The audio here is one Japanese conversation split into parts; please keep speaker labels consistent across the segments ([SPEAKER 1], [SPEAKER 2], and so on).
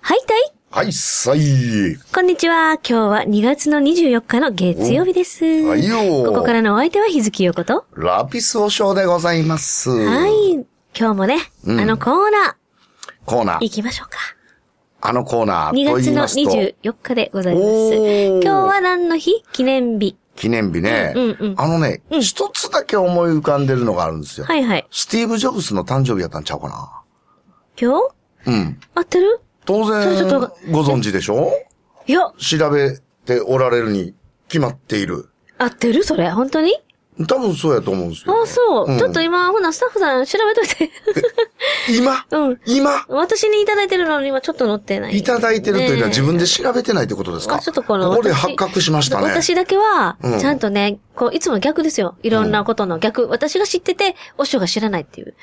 [SPEAKER 1] はい、たい。
[SPEAKER 2] はい、さい。
[SPEAKER 1] こんにちは。今日は2月の24日の月曜日です。
[SPEAKER 2] はいよー
[SPEAKER 1] ここからのお相手は日月陽子と。
[SPEAKER 2] ラピスお尚でございます。
[SPEAKER 1] はい。今日もね、
[SPEAKER 2] うん
[SPEAKER 1] あのコーナ
[SPEAKER 2] コー
[SPEAKER 1] ー
[SPEAKER 2] ナ
[SPEAKER 1] 行
[SPEAKER 2] ー。
[SPEAKER 1] きましょうか。
[SPEAKER 2] あのコーナー
[SPEAKER 1] 2
[SPEAKER 2] と
[SPEAKER 1] 月
[SPEAKER 2] 言い
[SPEAKER 1] の
[SPEAKER 2] ますと、
[SPEAKER 1] 24日でございま
[SPEAKER 2] お
[SPEAKER 1] す。今
[SPEAKER 2] ー
[SPEAKER 1] 日は何の日記念日。
[SPEAKER 2] 記念日ね
[SPEAKER 1] うんうんうん。
[SPEAKER 2] あのね、
[SPEAKER 1] うん
[SPEAKER 2] 一つだけ思い浮かんでるのがあるんですよ。
[SPEAKER 1] はいはい。
[SPEAKER 2] スティーブ・ジョブスの誕生日やったんちゃうか
[SPEAKER 1] 今日
[SPEAKER 2] な。うん。
[SPEAKER 1] 合ってる
[SPEAKER 2] 当
[SPEAKER 1] それ
[SPEAKER 2] 然
[SPEAKER 1] ちょっと、
[SPEAKER 2] ご存知でしょ
[SPEAKER 1] いや、
[SPEAKER 2] 調べておられるに決まっている。
[SPEAKER 1] 合ってるそれ。本当に
[SPEAKER 2] 多分そうやと思うんですよ。
[SPEAKER 1] あ、そう、
[SPEAKER 2] ん
[SPEAKER 1] ちょっと今、ほな、スタッフさん調べといて。
[SPEAKER 2] 今
[SPEAKER 1] うん
[SPEAKER 2] 今
[SPEAKER 1] 私にいただいてるのに今ちょっと載ってない。
[SPEAKER 2] いただいてるというのは自分で調べてないってことですか
[SPEAKER 1] あちょっとこの
[SPEAKER 2] ここで
[SPEAKER 1] 私
[SPEAKER 2] 発覚しましたね。
[SPEAKER 1] 私だけは、
[SPEAKER 2] うん
[SPEAKER 1] ちゃんとね、こう、いつも逆ですよ。いろんなことの逆。私が知ってて、お師匠が知らないっていう。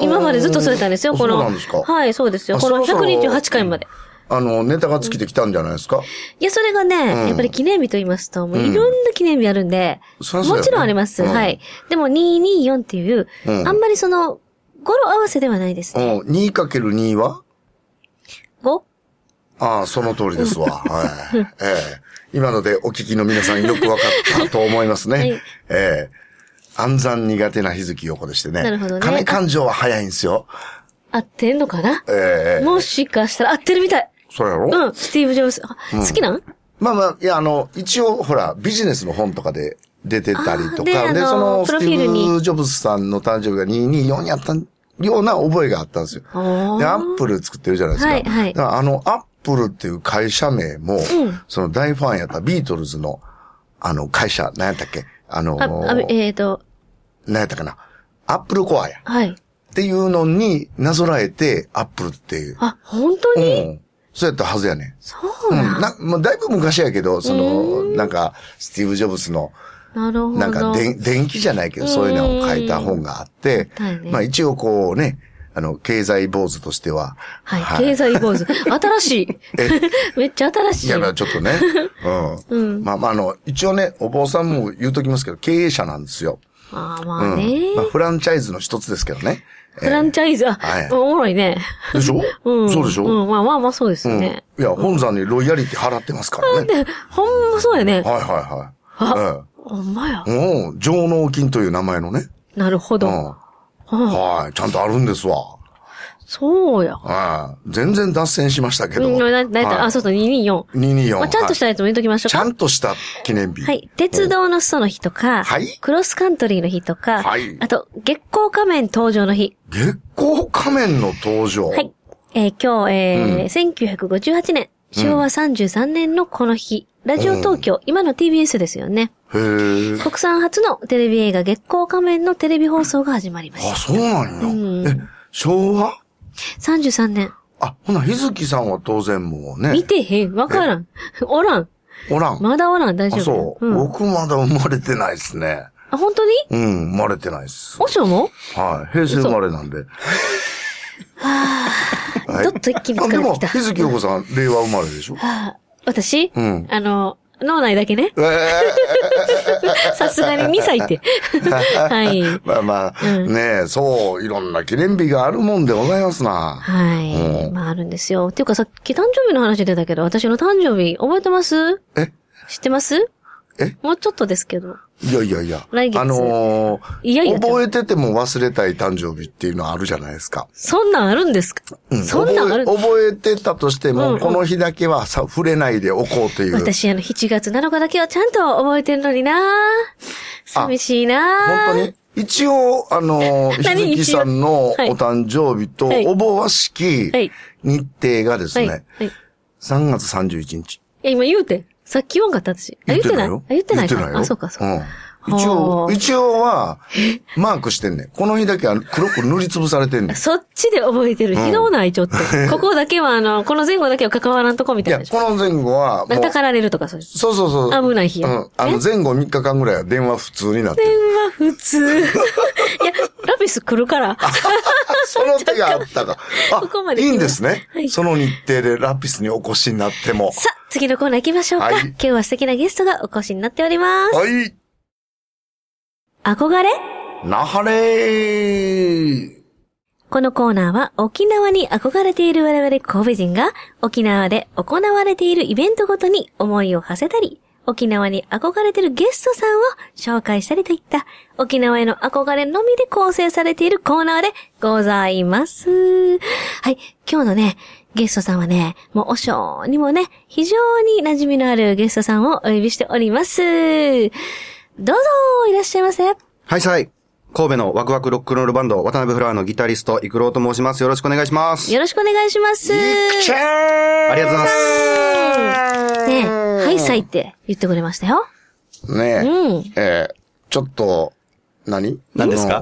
[SPEAKER 1] 今までずっとそうやったんですよ、
[SPEAKER 2] あー
[SPEAKER 1] この。
[SPEAKER 2] そうなんですか
[SPEAKER 1] はい、そうですよ。
[SPEAKER 2] あ
[SPEAKER 1] この
[SPEAKER 2] そろそろ
[SPEAKER 1] 128回まで。
[SPEAKER 2] あの、ネタが尽きてきたんじゃないですか、
[SPEAKER 1] いや、それがね、やっぱり記念日と言いますと、もういろんな記念日あるんで、
[SPEAKER 2] そりゃそうだよね
[SPEAKER 1] もちろんあります。
[SPEAKER 2] うん
[SPEAKER 1] はい。でも、224っていう、
[SPEAKER 2] うん
[SPEAKER 1] あんまりその、語呂合わせではないです
[SPEAKER 2] う
[SPEAKER 1] ね。
[SPEAKER 2] ん、2×2 は
[SPEAKER 1] 語
[SPEAKER 2] ああ、その通りで すわ。はい。ええ今のでお聞きの皆さんよくわかったと思いますね。
[SPEAKER 1] はい
[SPEAKER 2] ええ暗算苦手な日月横でしてね。
[SPEAKER 1] なるほどね
[SPEAKER 2] 金感情は早いんですよ。
[SPEAKER 1] 合ってんのかな
[SPEAKER 2] ええ
[SPEAKER 1] もしかしたら合ってるみたい。
[SPEAKER 2] それやろ、
[SPEAKER 1] うん、スティーブ・ジョブス。あ好きなん
[SPEAKER 2] まあまあ、いや、あの、一応、ほら、ビジネスの本とかで出てたりとか、
[SPEAKER 1] あーで
[SPEAKER 2] で
[SPEAKER 1] あの
[SPEAKER 2] その、
[SPEAKER 1] プ
[SPEAKER 2] ス
[SPEAKER 1] ロ
[SPEAKER 2] テ
[SPEAKER 1] フィ
[SPEAKER 2] ィ
[SPEAKER 1] ールに
[SPEAKER 2] ーブ・ジョブズさんの誕生日が224にあったような覚えがあったんですよ。で、
[SPEAKER 1] あー
[SPEAKER 2] アップル作ってるじゃないですか。
[SPEAKER 1] はいはい
[SPEAKER 2] だからあの、アップルっていう会社名も、
[SPEAKER 1] ん
[SPEAKER 2] その大ファンやったビートルズの、あの、会社、何やったっけあの
[SPEAKER 1] あ、あ
[SPEAKER 2] ー、
[SPEAKER 1] えっと、
[SPEAKER 2] 何やったかなアップルコアや。っ
[SPEAKER 1] はい。
[SPEAKER 2] ていうのになぞらえて、アップルっていう。
[SPEAKER 1] あ、本当
[SPEAKER 2] う
[SPEAKER 1] に、
[SPEAKER 2] ん。そうやったはずやねん。
[SPEAKER 1] そう
[SPEAKER 2] うん、
[SPEAKER 1] なん、
[SPEAKER 2] な、まあ、だいぶ昔やけど、その、なんか、スティーブ・ジョブズの、
[SPEAKER 1] なるほど。
[SPEAKER 2] なんか、でん、電気じゃないけど、そういうのを書いた本があって
[SPEAKER 1] だよ、ね
[SPEAKER 2] まあ一応こうね、あの、経済坊主としては、
[SPEAKER 1] はい、経済 坊主。新しい。 めっちゃ新しい。
[SPEAKER 2] いや、まあちょっ とね、うん。まあまあ、あの、一応ね、お坊さんも言うときますけど、経営者なんですよ。
[SPEAKER 1] あー
[SPEAKER 2] う
[SPEAKER 1] まあ
[SPEAKER 2] ん。
[SPEAKER 1] ね、
[SPEAKER 2] まあ、フランチャイズの一つですけど ね。
[SPEAKER 1] フランチャイズ、あ、
[SPEAKER 2] はい
[SPEAKER 1] おもろいね。
[SPEAKER 2] でしょ
[SPEAKER 1] うん。
[SPEAKER 2] そうでしょ
[SPEAKER 1] うん、まあまあまあそうです
[SPEAKER 2] う
[SPEAKER 1] よ
[SPEAKER 2] ん。い
[SPEAKER 1] ね。
[SPEAKER 2] や、本山にロイヤリティ払ってますからね。
[SPEAKER 1] で、ほんまそうやね。
[SPEAKER 2] はいはいは
[SPEAKER 1] ほんまや
[SPEAKER 2] い。え。えうん。上納金という名前のね。
[SPEAKER 1] なるほ
[SPEAKER 2] う
[SPEAKER 1] ど。
[SPEAKER 2] ん。
[SPEAKER 1] はあ
[SPEAKER 2] はい、ちゃんとあるんですわ。
[SPEAKER 1] そうや。
[SPEAKER 2] はい、全然脱線しましたけ
[SPEAKER 1] う
[SPEAKER 2] ど。
[SPEAKER 1] ん、だいたい、
[SPEAKER 2] はい
[SPEAKER 1] あ、そうそう、224。
[SPEAKER 2] 224。
[SPEAKER 1] まあ、ちゃんとした
[SPEAKER 2] はい
[SPEAKER 1] やつも入れときましょう
[SPEAKER 2] ちゃ
[SPEAKER 1] か。
[SPEAKER 2] んとした記念日。
[SPEAKER 1] はい。鉄道の裾の日とか、
[SPEAKER 2] はい
[SPEAKER 1] クロスカントリーの日とか、
[SPEAKER 2] はい
[SPEAKER 1] あと、月光仮面登場の日。
[SPEAKER 2] 月光仮面の登場。
[SPEAKER 1] はい。。えー今日、えー1958年、昭和33年のこの日、ラジオ東京、今の TBS ですよね。
[SPEAKER 2] へえ。
[SPEAKER 1] 国産初のテレビ映画月光仮面のテレビ放送が始まりまし
[SPEAKER 2] あ、そうなんや。
[SPEAKER 1] うん
[SPEAKER 2] え、昭和
[SPEAKER 1] た。33年。
[SPEAKER 2] あ、ほな、日月さんは当然もうね。
[SPEAKER 1] 見てへん。わからん。おらん。
[SPEAKER 2] おらん。
[SPEAKER 1] まだおらん。大丈
[SPEAKER 2] あ、
[SPEAKER 1] 夫。
[SPEAKER 2] そう、
[SPEAKER 1] ん。
[SPEAKER 2] 僕まだ生まれてないですね。
[SPEAKER 1] あ、本当に
[SPEAKER 2] うん、生まれてないです。
[SPEAKER 1] おしょも
[SPEAKER 2] はい。平成生まれなんで。は
[SPEAKER 1] ちょっと一気に疲
[SPEAKER 2] あで
[SPEAKER 1] れて
[SPEAKER 2] も、
[SPEAKER 1] きた。
[SPEAKER 2] 日月陽子さん、令和生まれでしょ
[SPEAKER 1] はあ私、
[SPEAKER 2] うん
[SPEAKER 1] あの、脳内だけね。
[SPEAKER 2] ええ
[SPEAKER 1] さすがに2歳 って。はい。
[SPEAKER 2] まあまあ、
[SPEAKER 1] うん
[SPEAKER 2] ねえ、そう、いろんな記念日があるもんでございますな。
[SPEAKER 1] はい。
[SPEAKER 2] うん
[SPEAKER 1] まああるんですよ。っていうかさっき誕生日の話出たけど、私の誕生日覚えてます
[SPEAKER 2] え
[SPEAKER 1] 知ってます
[SPEAKER 2] え
[SPEAKER 1] もうちょっとですけど。
[SPEAKER 2] いやいやいや。
[SPEAKER 1] 来月
[SPEAKER 2] あのー
[SPEAKER 1] いやいや
[SPEAKER 2] 覚えてても忘れたい誕生日っていうのはあるじゃないですか。
[SPEAKER 1] そんなんあるんですか、
[SPEAKER 2] う
[SPEAKER 1] そんなんある
[SPEAKER 2] 覚え覚えてたとして
[SPEAKER 1] うん
[SPEAKER 2] も、
[SPEAKER 1] うん
[SPEAKER 2] この日だけはさ触れないでおこうという。
[SPEAKER 1] 私あの7月7日だけはちゃんと覚えてるのにな寂しいな
[SPEAKER 2] 本当に一応、あの ー、
[SPEAKER 1] 何
[SPEAKER 2] 日月さんのお
[SPEAKER 1] 一応はい
[SPEAKER 2] 誕生日と
[SPEAKER 1] はい
[SPEAKER 2] おぼわしき
[SPEAKER 1] はい
[SPEAKER 2] 日程がです
[SPEAKER 1] はい。
[SPEAKER 2] ね、
[SPEAKER 1] はい。い
[SPEAKER 2] 3月31日。
[SPEAKER 1] や、今言うて。さっき言わんかった私。あ、言ってないあ
[SPEAKER 2] よ、
[SPEAKER 1] 言ってない
[SPEAKER 2] 言
[SPEAKER 1] か
[SPEAKER 2] ってないよ。
[SPEAKER 1] あ、そうか、そうか。
[SPEAKER 2] うん。一
[SPEAKER 1] は
[SPEAKER 2] 応、
[SPEAKER 1] あ
[SPEAKER 2] 一応は、マークしてんねん。この日だけは黒く塗りつぶされてんねん。
[SPEAKER 1] そっちで覚えてる。ひどない、 ちょっと。ここだけは、あの、この前後だけは関わらんとこみ
[SPEAKER 2] い
[SPEAKER 1] たい
[SPEAKER 2] や、
[SPEAKER 1] な。
[SPEAKER 2] この前後は、も
[SPEAKER 1] ま
[SPEAKER 2] う、
[SPEAKER 1] たかられるとか、そうです。
[SPEAKER 2] そうそうそう。
[SPEAKER 1] 危ない日
[SPEAKER 2] う
[SPEAKER 1] や
[SPEAKER 2] ん。あの、前後3日間ぐらいは電話普通になって
[SPEAKER 1] 電
[SPEAKER 2] る。
[SPEAKER 1] 話普 通。いや、ラピス来るから。
[SPEAKER 2] その手があったか。あ、
[SPEAKER 1] ここまで
[SPEAKER 2] い
[SPEAKER 1] 来
[SPEAKER 2] い
[SPEAKER 1] ま
[SPEAKER 2] んですね
[SPEAKER 1] はい。
[SPEAKER 2] その日程でラピスにお越しになっても。
[SPEAKER 1] さあ、次のコーナー行きましょうか。
[SPEAKER 2] はい
[SPEAKER 1] 今日は素敵なゲストがお越しになっております。
[SPEAKER 2] はい。
[SPEAKER 1] 憧れ
[SPEAKER 2] なはれー
[SPEAKER 1] このコーナーは沖縄に憧れている我々神戸人が沖縄で行われているイベントごとに思いを馳せたり、沖縄に憧れているゲストさんを紹介したりといった沖縄への憧れのみで構成されているコーナーでございます。はい、今日のね、ゲストさんはね、もうおしょうにもね、非常に馴染みのあるゲストさんをお呼びしております。どうぞ、いらっしゃいませ。
[SPEAKER 3] はい、さい。神戸のワクワクロックンロールバンド、渡辺フラワーのギタリスト、イクロウと申します。よろしくお願いします。
[SPEAKER 1] よろしくお願いします。
[SPEAKER 2] チャー
[SPEAKER 3] ありがとうございます。
[SPEAKER 1] ねえ、はいさいって言ってくれましたよ。
[SPEAKER 2] ねえ、
[SPEAKER 1] うん
[SPEAKER 2] えーちょっと、何
[SPEAKER 3] 何ですか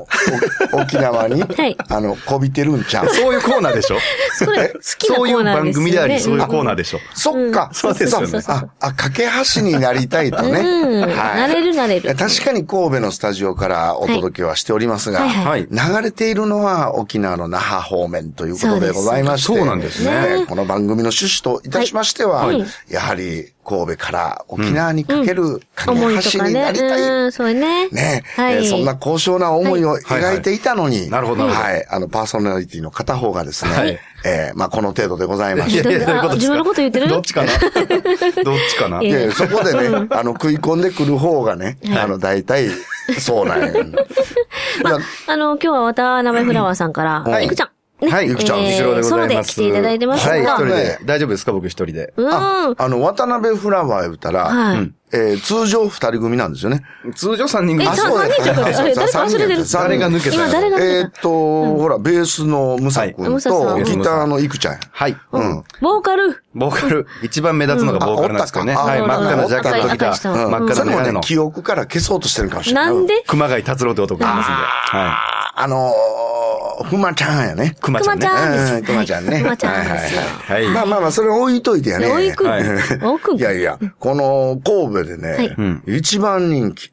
[SPEAKER 2] あのお沖縄 に、
[SPEAKER 1] はい
[SPEAKER 2] あの、こびてるんちゃう
[SPEAKER 3] そういうコーナーでしょ
[SPEAKER 1] それ好きなコ
[SPEAKER 3] そうい
[SPEAKER 1] ー
[SPEAKER 3] う
[SPEAKER 1] ナー
[SPEAKER 3] 番
[SPEAKER 1] ですよね。
[SPEAKER 3] 組であり、そういうコー
[SPEAKER 1] ー。
[SPEAKER 3] ナーでしょ。
[SPEAKER 2] そっか、
[SPEAKER 3] そうですよね
[SPEAKER 2] そうあ、あ、架け橋になりたいとね。
[SPEAKER 1] うん、なれるなれ
[SPEAKER 2] いや
[SPEAKER 1] る。
[SPEAKER 2] 確かに神戸のスタジオからお届けはしておりますが、
[SPEAKER 1] はいはい
[SPEAKER 3] はい
[SPEAKER 2] 流れているのは沖縄の那覇方面ということでございまして、
[SPEAKER 3] そうですそうなんです
[SPEAKER 1] ね
[SPEAKER 2] この番組の趣旨といたしましては、
[SPEAKER 1] はい
[SPEAKER 2] やはり神戸から沖縄にかける架け
[SPEAKER 1] 思いと
[SPEAKER 2] 橋
[SPEAKER 1] か
[SPEAKER 2] に
[SPEAKER 1] ね
[SPEAKER 2] な。りたい。
[SPEAKER 1] うん、そうね。
[SPEAKER 2] ね、
[SPEAKER 1] はい
[SPEAKER 2] えーそんな高尚な思いを
[SPEAKER 3] はい
[SPEAKER 2] 描いていたのに、
[SPEAKER 3] なるほどなるほど
[SPEAKER 2] はい、あの、パーソナリティの片方がですね、
[SPEAKER 3] はい
[SPEAKER 2] えーまあ、この程度でございまして、
[SPEAKER 1] いやどういうことですかあ自分のこと言ってる
[SPEAKER 3] どっちかな どっちかない
[SPEAKER 2] い
[SPEAKER 1] や
[SPEAKER 2] やいやそこでね、あの、食い込んでくる方がね、あの、大体、そ うなんや。まあ、
[SPEAKER 1] あの、今日は渡辺フラワーさんから、
[SPEAKER 2] はい
[SPEAKER 1] いくちゃん。ね。
[SPEAKER 3] はい、ゆきちゃん、
[SPEAKER 1] えー
[SPEAKER 3] 一郎でご
[SPEAKER 1] ソ
[SPEAKER 3] ざ
[SPEAKER 1] ロ
[SPEAKER 3] いま。
[SPEAKER 1] です来ていただいてます
[SPEAKER 3] はい、一
[SPEAKER 1] が。
[SPEAKER 3] 人
[SPEAKER 2] ね
[SPEAKER 3] で。大丈夫ですか僕一人で。
[SPEAKER 1] う
[SPEAKER 2] あ
[SPEAKER 1] ん。
[SPEAKER 2] あの、渡辺フラワー言うたら、
[SPEAKER 1] はい
[SPEAKER 2] えー通常二人組なんですよね。
[SPEAKER 3] 通常三人
[SPEAKER 1] え
[SPEAKER 3] 組
[SPEAKER 1] あそう
[SPEAKER 2] だ
[SPEAKER 1] 何人とかあれ誰か忘れてる
[SPEAKER 3] 誰が抜けた
[SPEAKER 1] 今誰が抜けた
[SPEAKER 2] えーっと、ほら、ベースのムサ君
[SPEAKER 1] はいムサ
[SPEAKER 2] と、
[SPEAKER 1] さん
[SPEAKER 2] ギターのいくちゃんや。
[SPEAKER 3] はい。
[SPEAKER 2] うん。
[SPEAKER 1] ボーカル。
[SPEAKER 3] ボーカル、一番目立つのがボーカルなんですけどね。
[SPEAKER 2] うんあ
[SPEAKER 3] はい、
[SPEAKER 2] お
[SPEAKER 3] 真
[SPEAKER 2] っ
[SPEAKER 3] った
[SPEAKER 2] か
[SPEAKER 3] 赤なジャケット着
[SPEAKER 1] 赤い
[SPEAKER 3] た、
[SPEAKER 1] 人
[SPEAKER 3] 真っ赤
[SPEAKER 2] それ
[SPEAKER 3] な
[SPEAKER 2] も
[SPEAKER 3] メガネ
[SPEAKER 2] ね
[SPEAKER 3] の、、
[SPEAKER 2] 記憶から消そうとしてるかもしれない。
[SPEAKER 1] なんで
[SPEAKER 3] 熊谷達郎って男がいますんで。は
[SPEAKER 2] あーあのー、ふまちゃんやね
[SPEAKER 3] い。。熊ちゃ
[SPEAKER 1] 熊
[SPEAKER 3] ん
[SPEAKER 1] ち
[SPEAKER 3] ね。
[SPEAKER 1] ゃんです
[SPEAKER 2] う。ん熊ちゃんね
[SPEAKER 1] はい熊ちゃんですよ。
[SPEAKER 3] はい。
[SPEAKER 2] まあまあまあ、それ置いといてやね。
[SPEAKER 1] おいくん
[SPEAKER 3] はい。
[SPEAKER 1] おくん
[SPEAKER 2] い。やいや、この神戸でね、
[SPEAKER 1] はい
[SPEAKER 3] ん
[SPEAKER 2] 一番人気。